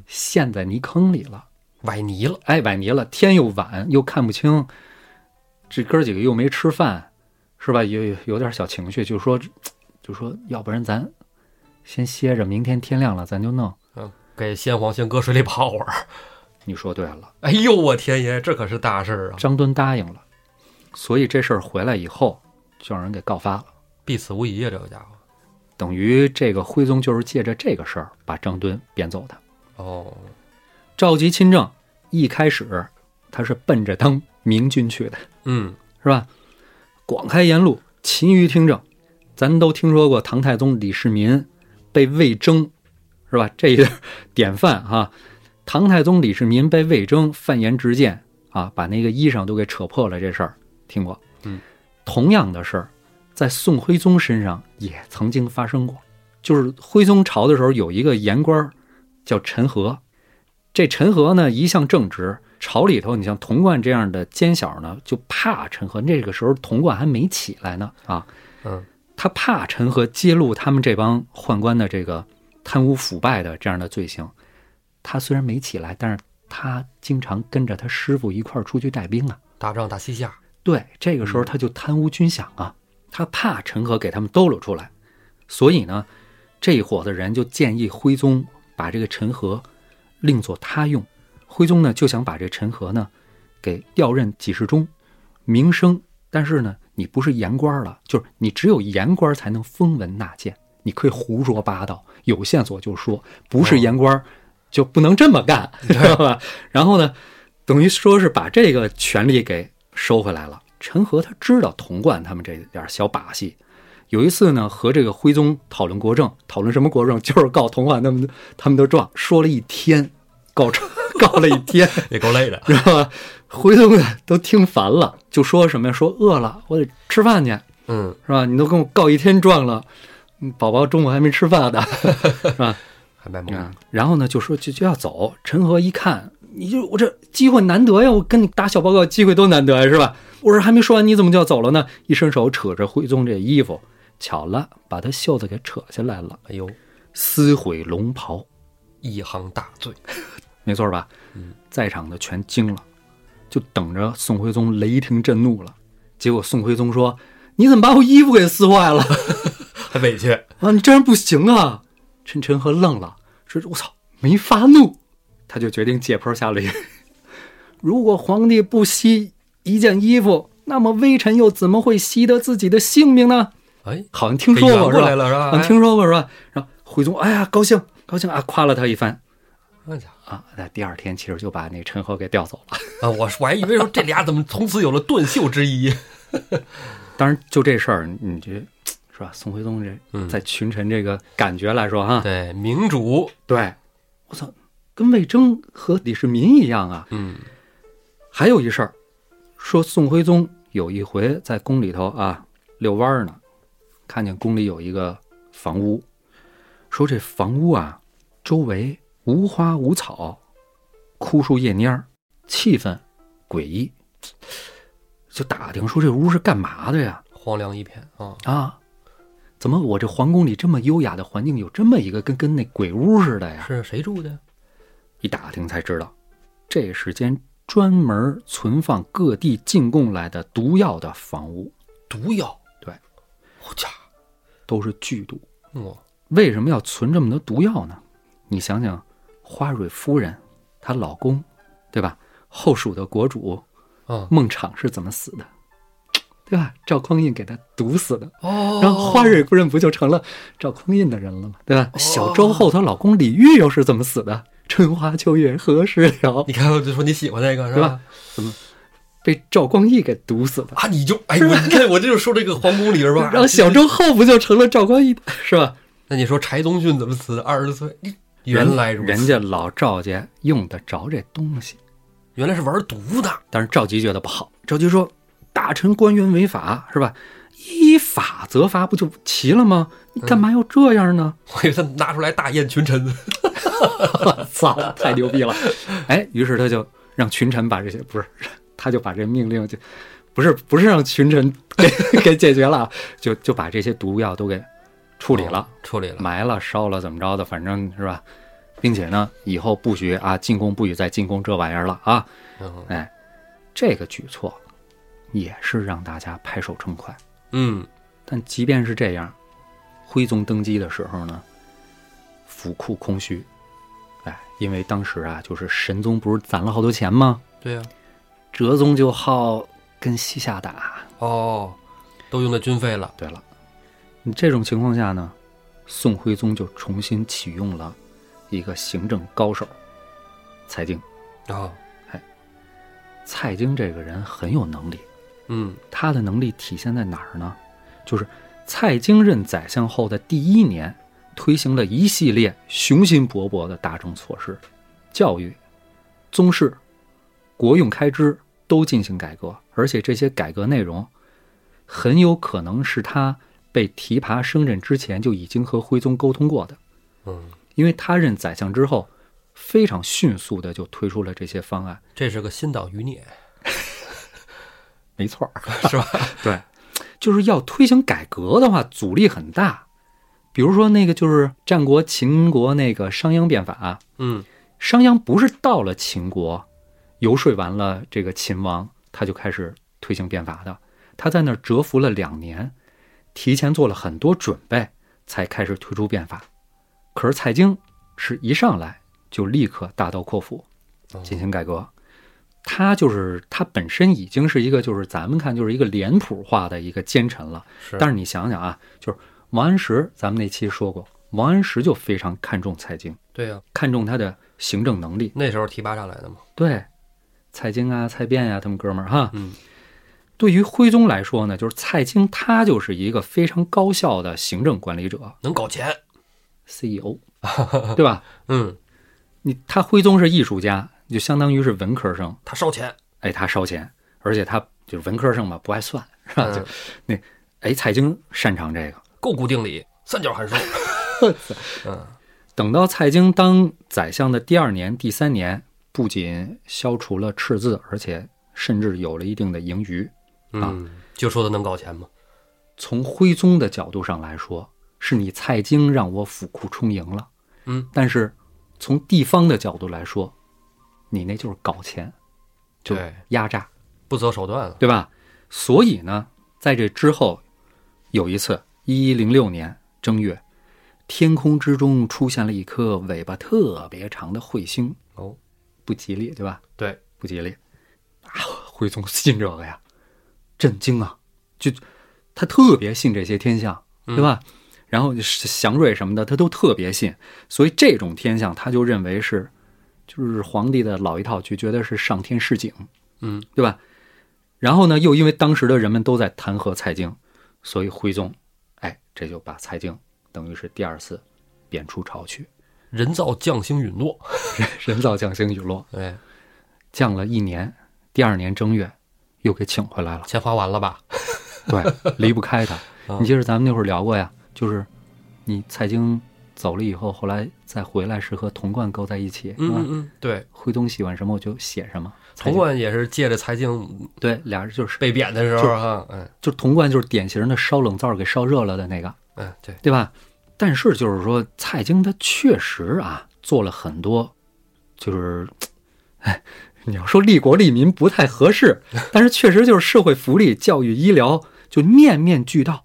S2: 陷在泥坑里了，
S1: 崴泥了，
S2: 哎，崴泥了，天又晚，又看不清，这哥儿几个又没吃饭，是吧？有有有点小情绪，就说，就说，要不然咱先歇着，明天天亮了咱就弄。
S1: 嗯，给先皇先搁水里泡会儿。
S2: 你说对了，
S1: 哎呦，我天爷，这可是大事儿啊！
S2: 张敦答应了，所以这事儿回来以后就让人给告发了，
S1: 必死无疑啊，这个家伙。
S2: 等于这个徽宗就是借着这个事儿把张敦贬走的。
S1: 哦，
S2: 召集亲政，一开始他是奔着当明君去的，
S1: 嗯，
S2: 是吧？广开言路，勤于听政。咱都听说过唐太宗李世民被魏征， 是吧？这一段典范啊！唐太宗李世民被魏征犯言直谏啊，把那个衣裳都给扯破了，这事儿听过。
S1: 嗯，
S2: 同样的事儿在宋徽宗身上也曾经发生过，就是徽宗朝的时候有一个言官儿叫陈和，这陈和呢一向正直，朝里头你像童贯这样的奸小呢，就怕陈和。那个时候童贯还没起来呢啊，
S1: 嗯，
S2: 他怕陈和揭露他们这帮宦官的这个贪污腐败的这样的罪行。他虽然没起来，但是他经常跟着他师傅一块儿出去带兵啊。
S1: 打仗打西夏，
S2: 对，这个时候他就贪污军饷啊，他怕陈和给他们兜搂出来，所以呢，这伙子人就建议徽宗把这个陈和另作他用。徽宗呢就想把这陈和呢给调任给事中，名声，但是呢，你不是言官了，就是你只有言官才能封文纳谏，你可以胡说八道，有线索就说，不是言官就不能这么干，知道吧？然后呢，等于说是把这个权利给收回来了。陈和他知道童贯他们这点小把戏，有一次呢，和这个徽宗讨论国政，讨论什么国政，就是告童话他们他们的状，说了一天，告状告了一天，
S1: 也够累的。
S2: 然后徽宗呢都听烦了，就说什么呀？说饿了，我得吃饭去，
S1: 嗯，
S2: 是吧？你都跟我告一天状了，嗯宝宝中午还没吃饭呢，是吧？
S1: 还卖萌，
S2: 啊，然后呢就说就就要走。陈和一看，你就我这机会难得呀，我跟你打小报告机会多难得呀，是吧？我说还没说完，你怎么就要走了呢？一伸手扯着徽宗这衣服，巧了，把他袖子给扯下来了，
S1: 哎呦，
S2: 撕毁龙袍，
S1: 一行大 罪，
S2: 没错吧？在场的全惊了，就等着宋徽宗雷霆震怒了。结果宋徽宗说：“你怎么把我衣服给撕坏了？”
S1: 还委屈，
S2: 啊，你这样不行啊！陈陈和愣了，说：“我操，没发怒。”他就决定借坡下驴。如果皇帝不惜一件衣服，那么微臣又怎么会惜得自己的性命呢？
S1: 哎，
S2: 好像听说过
S1: 给圆
S2: 是
S1: 过来
S2: 吧？
S1: 了是吧？
S2: 好像听说过是吧？然后徽宗哎呀高兴高兴啊，夸了他一番
S1: 那家伙
S2: 啊。那第二天其实就把那陈和给调走了。
S1: 啊，我我还以为说这俩怎么从此有了断袖之 谊，
S2: 当然，就这事儿，你觉得是吧？宋徽宗这
S1: 嗯
S2: 在群臣这个感觉来说哈，啊
S1: 对，明主，
S2: 对，我操，跟魏征和李世民一样啊。
S1: 嗯
S2: 还有一事儿，说宋徽宗有一回在宫里头啊遛弯儿呢，看见宫里有一个房屋，说这房屋啊周围无花无草，枯树叶蔫儿，气氛诡异，就打听说这屋是干嘛的呀？
S1: 荒凉一片啊，
S2: 啊，怎么我这皇宫里这么优雅的环境，有这么一个跟跟那鬼屋似的呀？
S1: 是谁住的？
S2: 一打听才知道，这是间专门存放各地进贡来的毒药的房屋，
S1: 毒药，
S2: 对，
S1: 我家伙，
S2: 都是剧毒。
S1: 我
S2: 为什么要存这么多毒药呢？你想想，花蕊夫人，她老公，对吧？后蜀的国主
S1: 啊，
S2: 孟昶是怎么死的？对吧？赵匡胤给他毒死的，
S1: 哦，
S2: 然后花蕊夫人不就成了赵匡胤的人了吗？对吧？小周后她老公李煜又是怎么死的？春花秋月何时了
S1: 你？看我就说你喜欢那个是
S2: 对吧？被赵光义给毒死的。
S1: 啊，你就哎，我你看我这就说这个皇宫里边 吧，啊
S2: 然后小周后不就成了赵光 义的是吧？
S1: 那你说柴宗训怎么死的？二十岁，你原来如此，
S2: 人家老赵家用得着这东西，
S1: 原来是玩毒的，
S2: 但是赵佶觉得不好。赵佶说：“大臣官员违法是吧？依法责罚不就齐了吗？你干嘛要这样呢
S1: 我以为他拿出来大宴群臣，？”嗯
S2: 我操、太牛逼了！哎，于是他就让群臣把这些不是， 他就把这命令就不是不是让群臣给 给解决了啊，就就把这些毒药都给处理了。
S1: 处理了，
S2: 埋了、烧了，怎么着的，反正是吧，并且呢，以后不许啊进宫，不许再进宫这玩意儿了啊！
S1: 嗯
S2: 哎，这个举措也是让大家拍手称快。
S1: 嗯，
S2: 但即便是这样，徽宗登基的时候呢，府库空虚，哎，因为当时啊，就是神宗不是攒了好多钱吗？
S1: 对呀、
S2: 哲宗就好跟西夏打。
S1: 哦，都用在军费了，
S2: 对了，你这种情况下呢，宋徽宗就重新启用了一个行政高手，蔡京。
S1: 啊，
S2: 蔡京这个人很有能力，
S1: 嗯，
S2: 他的能力体现在哪儿呢？就是蔡京任宰相后的第一年，推行了一系列雄心勃勃的大政措施，教育、宗室、国用开支都进行改革，而且这些改革内容很有可能是他被提拔升任之前就已经和徽宗沟通过的。
S1: 嗯，
S2: 因为他任宰相之后，非常迅速的就推出了这些方案。
S1: 这是个新岛余孽，
S2: 没错，
S1: 是吧？
S2: 对，就是要推行改革的话，阻力很大。比如说那个就是战国秦国那个商鞅变法，啊
S1: 嗯，
S2: 商鞅不是到了秦国，游说完了这个秦王，他就开始推行变法的。他在那儿蛰伏了两年，提前做了很多准备，才开始推出变法。可是蔡京是一上来就立刻大刀阔斧进行改革。他就是他本身已经是一个就是咱们看就是一个脸谱化的一个奸臣了，
S1: 是，
S2: 但是你想想啊，就是王安石，咱们那期说过，王安石就非常看重蔡京，
S1: 对呀、
S2: 看重他的行政能力。
S1: 那时候提拔上来的嘛，
S2: 啊对，蔡京啊、蔡卞呀、他们哥们儿哈，
S1: 嗯，
S2: 对于徽宗来说呢，就是蔡京他就是一个非常高效的行政管理者
S1: 能搞钱，
S2: CEO，对吧？
S1: 嗯，
S2: 你他徽宗是艺术家，就相当于是文科生，
S1: 他烧钱，
S2: 哎，他烧钱，而且他就是文科生嘛，不爱算，是吧？就
S1: 嗯，
S2: 哎，蔡京擅长这个。
S1: 勾股定理，三角
S2: 啊
S1: 函数，嗯
S2: 等到蔡京当宰相的第二年、第三年，不仅消除了赤字，而且甚至有了一定的盈余。
S1: 嗯，就说他能搞钱吗？
S2: 从徽宗的角度上来说，是你蔡京让我府库充盈了，
S1: 嗯，
S2: 但是从地方的角度来说，你那就是搞钱，就
S1: 对
S2: 压榨，
S1: 不择手段了，
S2: 对吧？所以呢，在这之后，有一次，一一零六年正月，天空之中出现了一颗尾巴特别长的彗星，
S1: 哦，
S2: 不吉利，对吧？
S1: 对，
S2: 不吉利。啊，徽宗信这个呀，震惊啊！就他特别信这些天象，对吧？然后就是祥瑞什么的，他都特别信，所以这种天象他就认为是，就是皇帝的老一套，就觉得是上天示警，
S1: 嗯，
S2: 对吧？然后呢，又因为当时的人们都在弹劾蔡京，所以徽宗，哎，这就把蔡京等于是第二次贬出朝去，
S1: 人造将星陨落，
S2: 人造将星陨落，
S1: 对，
S2: 降了一年，第二年正月又给请回来了。
S1: 钱花完了吧？
S2: 对，离不开他
S1: 啊。
S2: 你记得咱们那会儿聊过呀，就是你蔡京走了以后，后来再回来是和童贯勾在一起，
S1: 嗯
S2: 是吧
S1: 嗯嗯，对，
S2: 徽宗喜欢什么我就写什么。蔡
S1: 童
S2: 京
S1: 贯也是借着财经
S2: 对，俩人就是
S1: 被贬的时候
S2: 就
S1: 哈，嗯
S2: 就童贯就是典型的烧冷灶给烧热了的那个，
S1: 嗯，对，
S2: 对吧？但是就是说，蔡京他确实啊做了很多，就是，哎，你要说利国利民不太合适，但是确实就是社会福利、教育、医疗就面面俱到。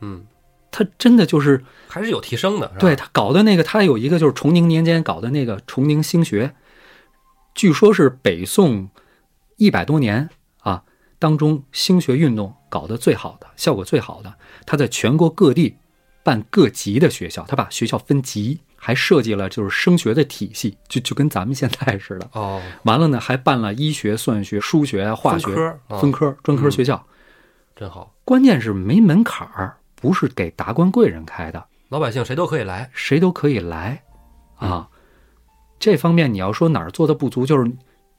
S1: 嗯，
S2: 他真的就是
S1: 还是有提升的，是吧
S2: 对，他搞的那个，他有一个就是崇宁年间搞的那个崇宁兴学，据说是北宋一百多年啊当中兴学运动搞得最好的，效果最好的。他在全国各地办各级的学校，他把学校分级，还设计了就是升学的体系，就就跟咱们现在似的。
S1: 哦，
S2: 完了呢，还办了医学、算学、数学、化学
S1: 分科啊嗯
S2: 分科专科学校，
S1: 真好，
S2: 关键是没门槛儿，不是给达官贵人开的。
S1: 老百姓谁都可以来，
S2: 谁都可以来
S1: 嗯
S2: 啊。这方面你要说哪儿做的不足，就是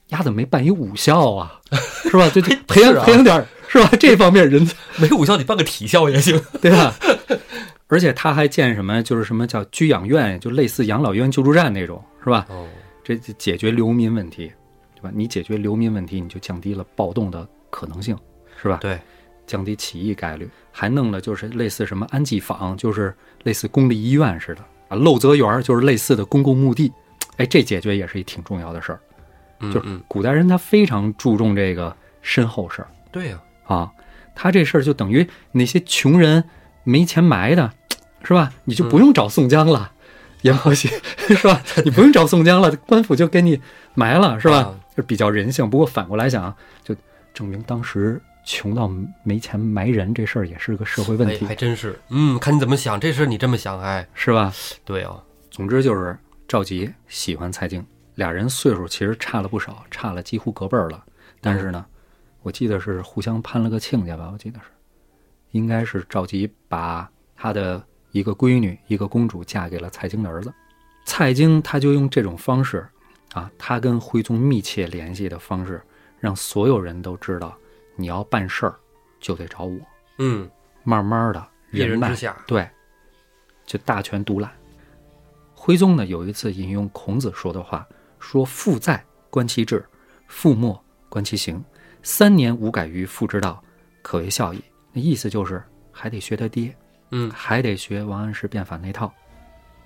S2: 丫怎么没办一武 校啊，是吧？就就培养、
S1: 是啊
S2: 培养点儿 是吧？这方面人才
S1: 没武校你办个体校也行，
S2: 对吧？而且他还建什么，就是什么叫居养院，就类似养老院、救助站那种，是吧？
S1: 哦，
S2: 这这解决流民问题，对吧？你解决流民问题，你就降低了暴动的可能性，是吧？
S1: 对，
S2: 降低起义概率，还弄了就是类似什么安济坊，就是类似公立医院似的啊，漏泽园儿就是类似的公共墓地，哎，这解决也是一挺重要的事儿。
S1: 嗯
S2: 就是
S1: 嗯，
S2: 古代人他非常注重这个身后事儿
S1: 对呀，
S2: 啊，他这事儿就等于那些穷人没钱埋的，是吧？
S1: 嗯
S2: 你就不用找宋江了，阎王爷是吧？你不用找宋江了，官府就给你埋了，是吧？
S1: 啊
S2: 就比较人性。不过反过来想，啊就证明当时穷到没钱埋人这事儿也是个社会问
S1: 哎
S2: 题，
S1: 还真是，嗯，看你怎么想，这事儿你这么想，哎，
S2: 是吧？
S1: 对哦，
S2: 总之就是赵佶喜欢蔡京，俩人岁数其实差了不少，差了几乎隔辈儿了。但是呢，我记得是互相攀了个亲家吧，我记得是，应该是赵佶把她的一个闺女，一个公主嫁给了蔡京的儿子。蔡京他就用这种方式，啊，他跟徽宗密切联系的方式，让所有人都知道，你要办事儿就得找我。
S1: 嗯，
S2: 慢慢的
S1: 一人
S2: 脉
S1: 之下，
S2: 对，就大权独揽。徽宗呢有一次引用孔子说的话，说“父在，观其志；父没，观其行。三年无改于父之道，可谓孝矣。”那意思就是还得学他爹，
S1: 嗯，
S2: 还得学王安石变法那套，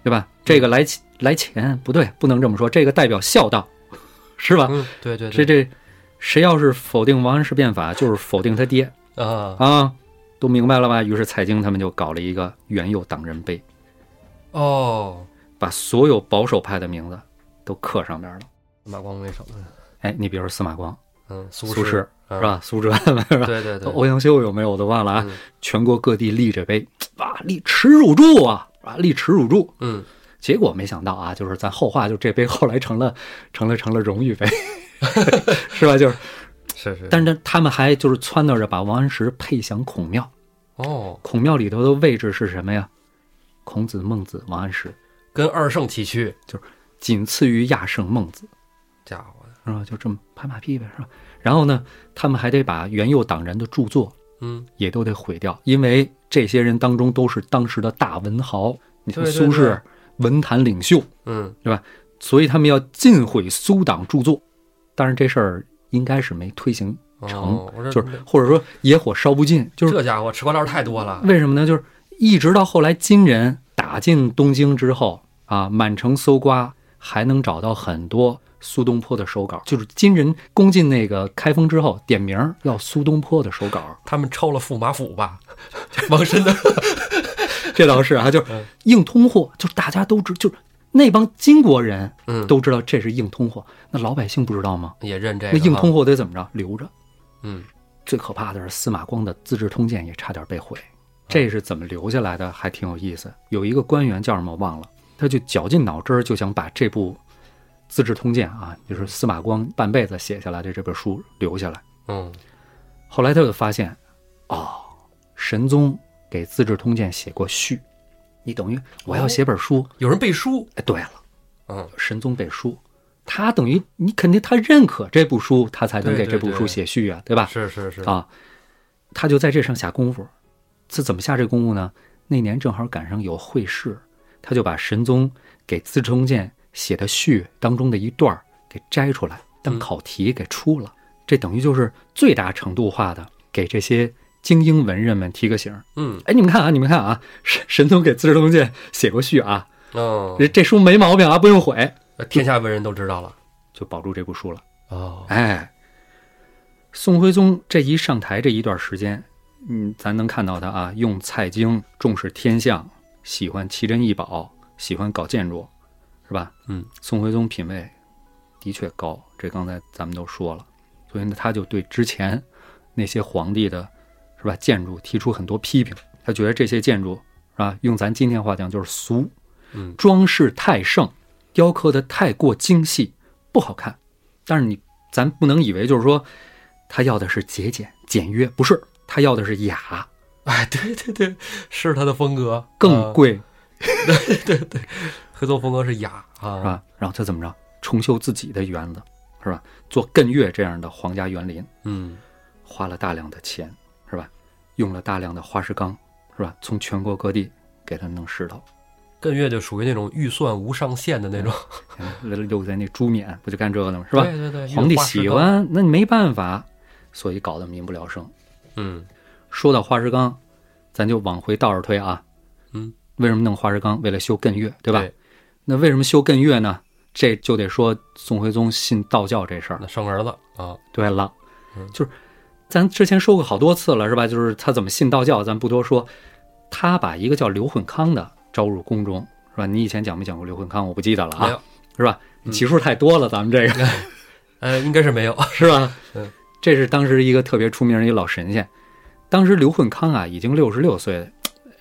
S2: 对吧？这个来其来前不对，不能这么说，这个代表孝道，啊是吧？
S1: 嗯，对对
S2: 这
S1: 对，
S2: 这，谁要是否定王安石变法，就是否定他爹。
S1: 啊，
S2: 啊，都明白了吧？于是蔡京他们就搞了一个元佑党人碑，
S1: 哦，
S2: 把所有保守派的名字都刻上边了。
S1: 马光为首，
S2: 哎，你比如说司马光、
S1: 嗯，苏
S2: 苏
S1: 轼，
S2: 轼
S1: 嗯
S2: 是吧？苏辙是吧？
S1: 对对对，
S2: 欧阳修有没有我都忘了啊
S1: 嗯！
S2: 全国各地立这碑，哇，立耻辱柱啊，啊，立耻辱柱。
S1: 嗯，
S2: 结果没想到啊，就 是 咱后话，就这碑后来成了，成了成了荣誉碑，是吧？就是
S1: 是是，
S2: 但是呢，他们还就是撺掇着把王安石配享孔庙。
S1: 哦，
S2: 孔庙里头的位置是什么呀？孔子、孟子、王安石，
S1: 跟二圣齐驱，
S2: 仅次于亚圣、孟子，
S1: 家伙的，
S2: 是吧？就这么拍马屁呗，是吧？然后呢，他们还得把元佑党人的著作
S1: 嗯，
S2: 也都得毁掉，因为这些人当中都是当时的大文豪，你像
S1: 对对
S2: 苏
S1: 对
S2: 轼、文坛领袖，
S1: 嗯，
S2: 所以他们要尽毁苏党著作。当然，这事儿应该是没推行，成
S1: 哦，我这
S2: 就是或者说野火烧不尽，就是
S1: 这家伙吃瓜料太多了，
S2: 为什么呢？就是一直到后来金人打进东京之后啊，满城搜刮，还能找到很多苏东坡的手稿，就是金人攻进那个开封之后，点名儿要苏东坡的手稿。
S1: 他们抄了驸马府 吧，王申的，
S2: 这倒是啊，就是硬通货，就是大家都知，就是那帮金国人
S1: 嗯，
S2: 都知道这是硬通货，那老百姓不知道吗？
S1: 也认这
S2: 那
S1: 个
S2: 硬
S1: 哈
S2: 通，货得怎么着？留着。
S1: 嗯，
S2: 最可怕的是司马光的《资治通鉴》也差点被毁，
S1: 嗯
S2: 这是怎么留下来的？还挺有意思。有一个官员叫什么忘了，他就绞尽脑汁儿就想把这部《资治通鉴》啊，就是司马光半辈子写下来的这本书留下来。
S1: 嗯，
S2: 后来他就发现，哦，神宗给《资治通鉴》写过序，你等于我
S1: 哦
S2: 要写本书，
S1: 有人背书，
S2: 哎，对了，
S1: 嗯，
S2: 神宗背书，他等于你肯定他认可这部书，他才能
S1: 对
S2: 给
S1: 对
S2: 这部
S1: 对
S2: 书写序啊，对吧？
S1: 是是是，
S2: 啊，他就在这上下功夫。这怎么下这功夫呢？那年正好赶上有会试，他就把神宗给《资治通鉴》写的序当中的一段儿给摘出来，当
S1: 嗯
S2: 考题给出了。这等于就是最大程度化的给这些精英文人们提个醒儿。
S1: 嗯
S2: 哎，你们看啊，你们看啊，神神宗给《资治通鉴》写过序啊，
S1: 嗯
S2: 这，这书没毛病啊，不用毁，
S1: 天下文人都知道了，
S2: 就保住这部书了。
S1: 哦，
S2: 哎，宋徽宗这一上台这一段时间，嗯，咱能看到他啊，用蔡京，重视天象，喜欢奇珍异宝，喜欢搞建筑，是吧？
S1: 嗯，
S2: 宋徽宗品位的确高，这刚才咱们都说了，所以呢，他就对之前那些皇帝的，是吧，建筑提出很多批评，他觉得这些建筑是吧，用咱今天话讲就是俗，
S1: 嗯
S2: 装饰太盛，雕刻的太过精细，不好看。但是你咱不能以为就是说，他要的是节俭简约，不是，他要的是雅，
S1: 哎，对对对，是他的风格，
S2: 更
S1: 贵，
S2: 贵、
S1: 黑松风格是雅啊，
S2: 是？吧？然后他怎么着，重修自己的园子，是吧？做艮岳这样的皇家园林，
S1: 嗯，
S2: 花了大量的钱，是吧？用了大量的花石纲，是吧？从全国各地给他弄石头，
S1: 艮岳就属于那种预算无上限的那种，
S2: 又在那朱冕不就干这个的吗？是吧？
S1: 对对对，
S2: 皇帝
S1: 用花石
S2: 喜
S1: 膏，
S2: 欢，那你没办法，所以搞得民不聊生。
S1: 嗯
S2: 说到花石纲，咱就往回倒着推啊。
S1: 嗯，
S2: 为什么弄花石纲？为了修艮岳，对吧？
S1: 对
S2: 那为什么修艮岳呢？这就得说宋徽宗信道教这事儿了。
S1: 那生儿子啊，
S2: 对了
S1: 嗯，
S2: 就是咱之前说过好多次了，是吧？就是他怎么信道教，咱不多说。他把一个叫刘混康的招入宫中，是吧？你以前讲没讲过刘混康？我不记得了
S1: 没
S2: 啊
S1: 有，，
S2: 是吧？
S1: 嗯
S2: 集数太多了，咱们这个
S1: 呃，应该是没有，
S2: 是吧
S1: 嗯？
S2: 这是当时一个特别出名的一老神仙。当时刘混康啊，已经六十六岁了。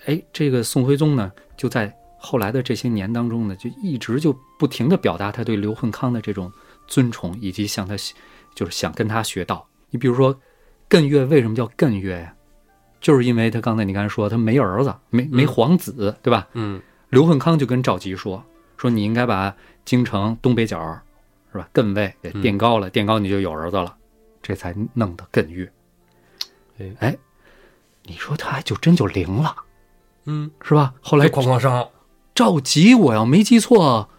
S2: 哎，这个宋徽宗呢，就在后来的这些年当中呢，就一直就不停地表达他对刘混康的这种尊崇，以及向他就是想跟他学道。你比如说，艮岳为什么叫艮岳呀？就是因为他刚才你刚才说他没儿子，没没
S1: 嗯
S2: 皇子，对吧？
S1: 嗯
S2: 刘混康就跟赵佶说：“说你应该把京城东北角儿，是吧？艮位给垫高了，垫高你就有儿子了，这才弄的艮岳。
S1: 哎
S2: 哎，你说他还就真就灵了，
S1: 嗯，
S2: 是吧？后
S1: 后
S2: 来
S1: 哐哐上
S2: 赵佶，我要没记错，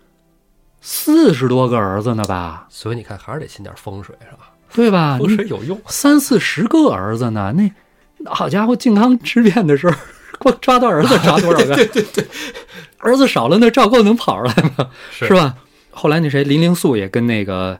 S2: 四十多个儿子呢吧，
S1: 所以你看，还是得信点风水，是吧？
S2: 对吧？
S1: 风水有用，
S2: 三四十个儿子呢，那好家伙，靖康之变的时候，光抓到儿子抓多少啊个？对对对，儿子少了，那赵构能跑出来吗？
S1: 是
S2: 是？吧？后来那谁林灵素也跟那个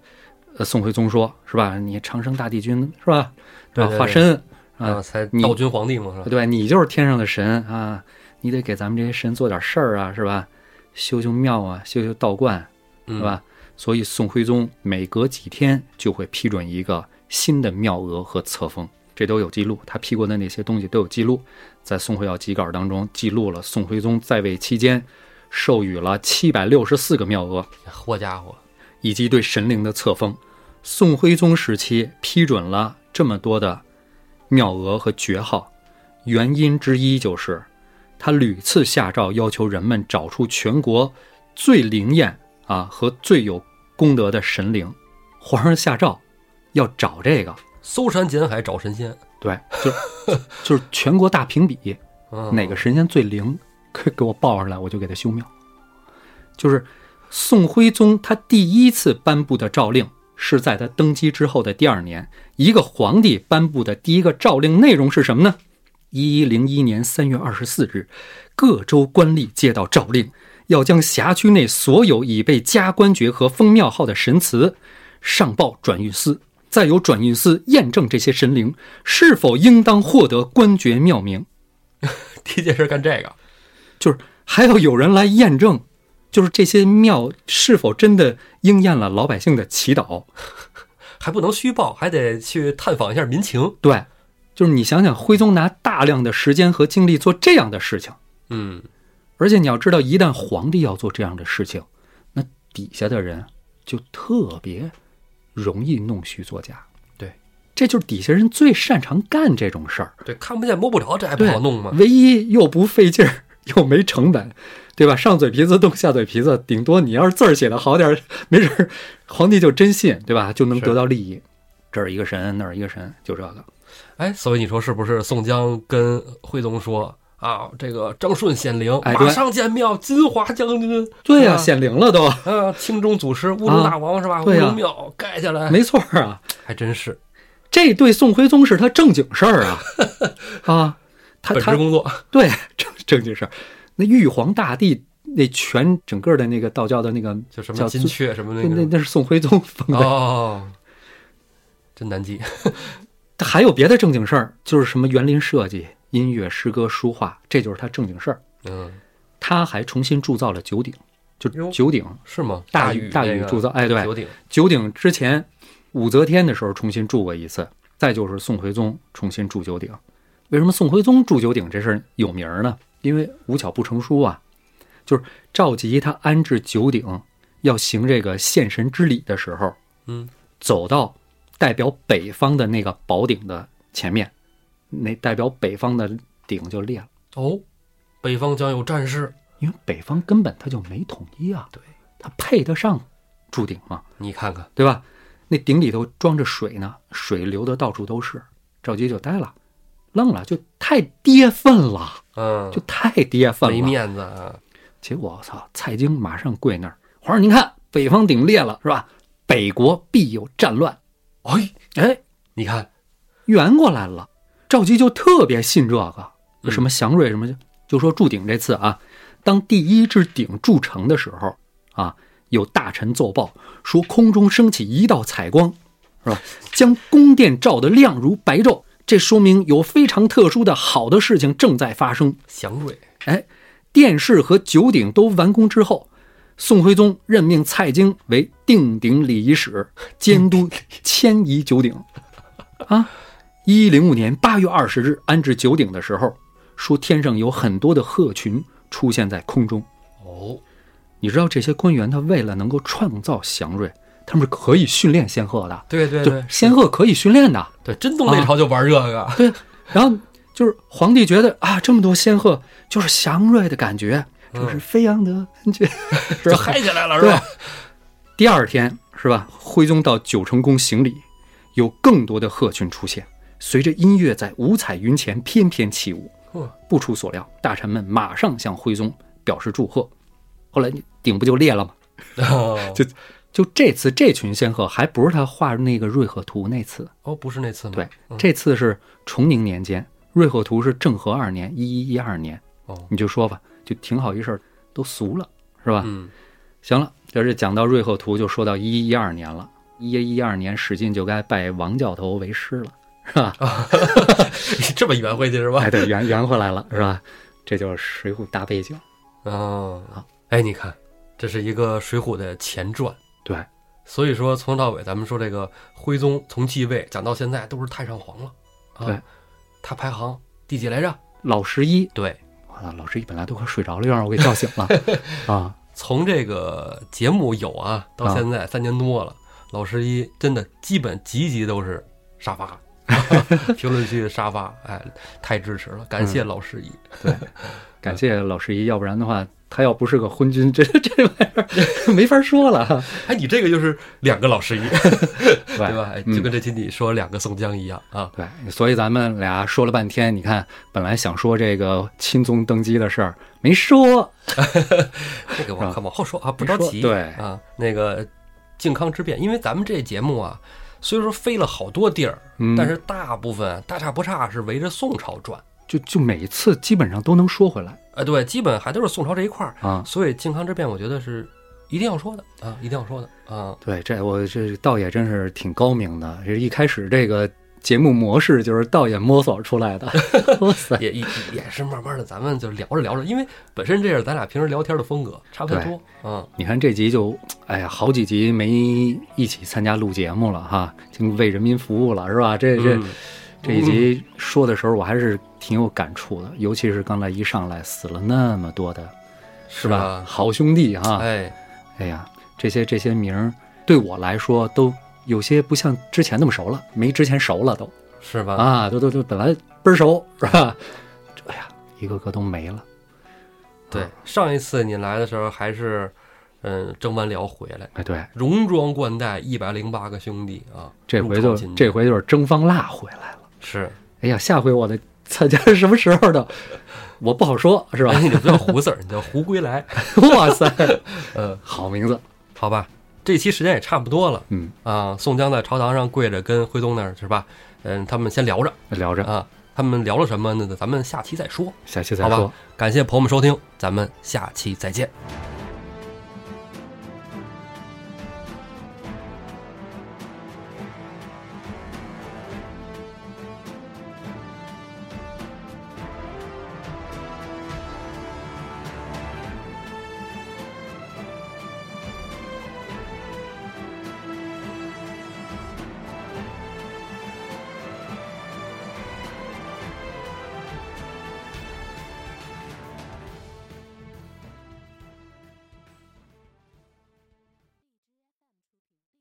S2: 呃宋徽宗说，是吧？你长生大帝君是吧？
S1: 对
S2: 啊
S1: 对对
S2: 化身
S1: 啊，
S2: 啊，
S1: 才
S2: 你
S1: 道君皇帝嘛，是吧？
S2: 对，你就是天上的神啊，你得给咱们这些神做点事儿啊，是吧？修修庙啊，修修道观，
S1: 嗯
S2: 是？吧？所以宋徽宗每隔几天就会批准一个新的庙额和册封，这都有记录，他批过的那些东西都有记录，在《宋徽要辑稿》当中记录了宋徽宗在位期间授予了七百六十四个庙额，
S1: 好家伙，
S2: 以及对神灵的册封。宋徽宗时期批准了这么多的庙额和爵号，原因之一就是他屡次下诏要求人们找出全国最灵验啊和最有功德的神灵。皇上下诏要找这个，
S1: 搜山捡海找神仙，
S2: 对，就是 就是全国大评比，
S1: 嗯
S2: 哪个神仙最灵，给给我报上来，我就给他修庙。就是宋徽宗他第一次颁布的诏令是在他登基之后的第二年，一个皇帝颁布的第一个诏令内容是什么呢？一一零一年三月二十四日，各州官吏接到诏令，要将辖区内所有已被加官爵和封庙号的神祠上报转运司，再由转运司验证这些神灵是否应当获得官爵庙名。
S1: 第一件事干这个，
S2: 就是还要有人来验证，就是这些庙是否真的应验了老百姓的祈祷。
S1: 还不能虚报，还得去探访一下民情。
S2: 对，就是你想想，徽宗拿大量的时间和精力做这样的事情，
S1: 嗯，
S2: 而且你要知道，一旦皇帝要做这样的事情，那底下的人就特别容易弄虚作假。
S1: 对，
S2: 这就是底下人最擅长干这种事儿。
S1: 对，看不见摸不着，这还不
S2: 对
S1: 好弄吗？
S2: 唯一又不费劲儿，又没成本，对吧？上嘴皮子动下嘴皮子，顶多你要是字儿写的好点儿，没准儿皇帝就真信，对吧？就能
S1: 是
S2: 得到利益。这儿一个神，那儿一个神，就这个。
S1: 哎，所以你说是不是？宋江跟徽宗说啊，这个张顺显灵，
S2: 哎对
S1: 马上建庙，金华将军。
S2: 对呀、
S1: 呀、
S2: 显灵了 都，
S1: 啊，清中祖师乌龙大王、是吧？乌
S2: 啊对呀
S1: 龙庙盖下来，
S2: 没错儿啊。
S1: 还真是
S2: 这对宋徽宗是他正经事儿 啊啊，他
S1: 本职
S2: 他
S1: 工作。
S2: 对正正经事儿。那玉皇大帝那全整个的那个道教的那个
S1: 就什
S2: 叫
S1: 么金
S2: 尊
S1: 阙什么
S2: 那
S1: 那
S2: 那
S1: 个
S2: 那是宋徽宗 封的。
S1: 哦，真难记。
S2: 还有别的正经事儿，就是什么园林设计、音乐、诗歌、书画，这就是他正经事儿。
S1: 嗯，
S2: 他还重新铸造了九鼎，就
S1: 哟
S2: 九鼎，
S1: 是吗？
S2: 大禹
S1: 禹
S2: 大
S1: 大
S2: 禹铸造，哎，对，
S1: 九鼎，
S2: 九鼎之前武则天的时候重新铸过一次，再就是宋徽宗重新铸九鼎。为什么宋徽宗铸九鼎这事儿有名儿呢？因为无巧不成书啊，就是赵佶他安置九鼎要行这个献神之礼的时候，
S1: 嗯，
S2: 走到代表北方的那个宝鼎的前面，那代表北方的鼎就裂了，
S1: 哦，北方将有战事。
S2: 因为北方根本他就没统一啊，
S1: 对，
S2: 他配得上铸鼎吗？
S1: 你看看，
S2: 对吧？那鼎里头装着水呢，水流的到处都是。赵佶就呆了，愣了，就太跌份了，
S1: 嗯，
S2: 就太跌份
S1: 没
S2: 了。
S1: 面子啊。
S2: 结果我操，蔡京马上跪那儿，皇上您看，北方鼎裂了是吧？北国必有战乱。
S1: 哎，
S2: 哎，
S1: 你看，
S2: 圆过来了。赵佶就特别信这个，
S1: 嗯
S2: 什么祥瑞什么就就说铸鼎这次啊，当第一只鼎铸成的时候啊，有大臣奏报说空中升起一道彩光，是吧？将宫殿照得亮如白昼，这说明有非常特殊的好的事情正在发生。
S1: 祥瑞，
S2: 哎，殿试和九鼎都完工之后，宋徽宗任命蔡京为定鼎礼仪使，监督迁移九鼎。啊，一零五年八月二十日安置九鼎的时候，说天上有很多的鹤群出现在空中。
S1: 哦，
S2: 你知道这些官员他为了能够创造祥瑞，他们是可以训练仙鹤的，
S1: 对对
S2: 就
S1: 对
S2: 仙鹤可以训练的。
S1: 对，真东北朝就玩这个，
S2: 对，然后就是皇帝觉得啊，这么多仙鹤就是祥瑞的感觉，就是飞扬的 感觉，是
S1: 嗯就
S2: 吧？
S1: 嗨起来了是吧？
S2: 第二天是吧？徽宗到九成宫行礼，有更多的鹤群出现，随着音乐在五彩云前翩翩起舞。
S1: 嗯
S2: 不出所料，大臣们马上向徽宗表示祝贺。后来鼎不就裂了吗？
S1: 哦
S2: 就就这次这群仙鹤还不是他画那个瑞鹤图那次，
S1: 哦，不是那次吗？
S2: 对，
S1: 嗯
S2: 这次是崇宁年间，瑞鹤图是正和二年，一一一二年。
S1: 哦，
S2: 你就说吧，就挺好一事儿，都俗了，是吧？
S1: 嗯，
S2: 行了，这是讲到瑞鹤图，就说到一一二年了。一一二年，史进就该拜王教头为师了，是吧？
S1: 这么圆回去是吧
S2: 哎，？对，圆圆回 来了，是吧？这就是《水浒》大背景。
S1: 哦，
S2: 啊
S1: 哎，你看，这是一个《水浒》的前传。
S2: 对，
S1: 所以说，从头到尾，咱们说这个徽宗从继位讲到现在都是太上皇了，啊、
S2: 对，
S1: 他排行第几来着？
S2: 老十一，
S1: 对，
S2: 我操，老十一本来都快睡着了，又让我给 叫醒了啊！
S1: 从这个节目有啊到现在三年多了，老十一真的基本集集都是沙 发，评论区沙发，哎，太支持了，感
S2: 嗯
S1: 谢老十一。
S2: 感谢老十一，要不然的话，他要不是个昏君，这这玩意儿 没法说了。
S1: 哎，你这个就是两个老十一，
S2: 对 嗯
S1: 对吧？哎就跟这期你说两个宋江一样啊。
S2: 对，所以咱们俩说了半天，你看，本来想说这个钦宗登基的事儿，没说。
S1: 这个
S2: 是
S1: 我
S2: 吧
S1: 看往后说啊，不着
S2: 说
S1: 急。
S2: 对
S1: 啊，那个靖康之变，因为咱们这节目啊，虽说飞了好多地儿，
S2: 嗯，
S1: 但是大部分大差不差是围着宋朝转。
S2: 就就每一次基本上都能说回来
S1: 啊，对，基本还都是宋朝这一块儿。
S2: 啊。
S1: 所以靖康之变，我觉得是一定要说的啊，一定要说的啊。
S2: 对，这我这倒也真是挺高明的。这一开始这个节目模式就是倒也摸索出 来的。哇塞，
S1: 也也也是慢慢的，咱们就聊着聊着，因为本身这是咱俩平时聊天的风格，差不太多。嗯，
S2: 你看这集就，哎呀，好几集没一起参加录节目了哈，就为人民服务了是吧？这这、
S1: 嗯
S2: 这一集说的时候，我还是挺有感触的，尤其是刚才一上来死了那么多的，是
S1: 是
S2: 吧？啊
S1: 吧？
S2: 好兄弟哈，哎
S1: 哎，
S2: 呀，这些这些名儿对我来说都有些不像之前那么熟了，没之前熟了都。
S1: 是吧？
S2: 啊，都都都本来倍儿熟 是吧？这哎呀，一个个都没了。啊
S1: 对，上一次你来的时候还是，嗯，征完辽回来，
S2: 哎，对，
S1: 戎装冠带一百零八个兄弟啊，
S2: 这
S1: 入
S2: 回
S1: 朝
S2: 就
S1: 进
S2: 这
S1: 京
S2: 回就是蒸方腊回来了。
S1: 是，
S2: 哎呀，下回我得参加什么时候的，我不好说，是吧
S1: 哎，？你不叫胡四儿，你叫胡归来。
S2: 哇塞，
S1: 嗯，
S2: 好名字，
S1: 好吧，这期时间也差不多了
S2: 嗯，
S1: 啊。宋江在朝堂上跪着跟徽宗那儿是吧？嗯，他们先聊着
S2: 聊着，
S1: 啊，他们聊了什么呢？咱们下期再说。
S2: 下期
S1: 好
S2: 再
S1: 吧
S2: 说，
S1: 感谢朋友们收听，咱们下期再见。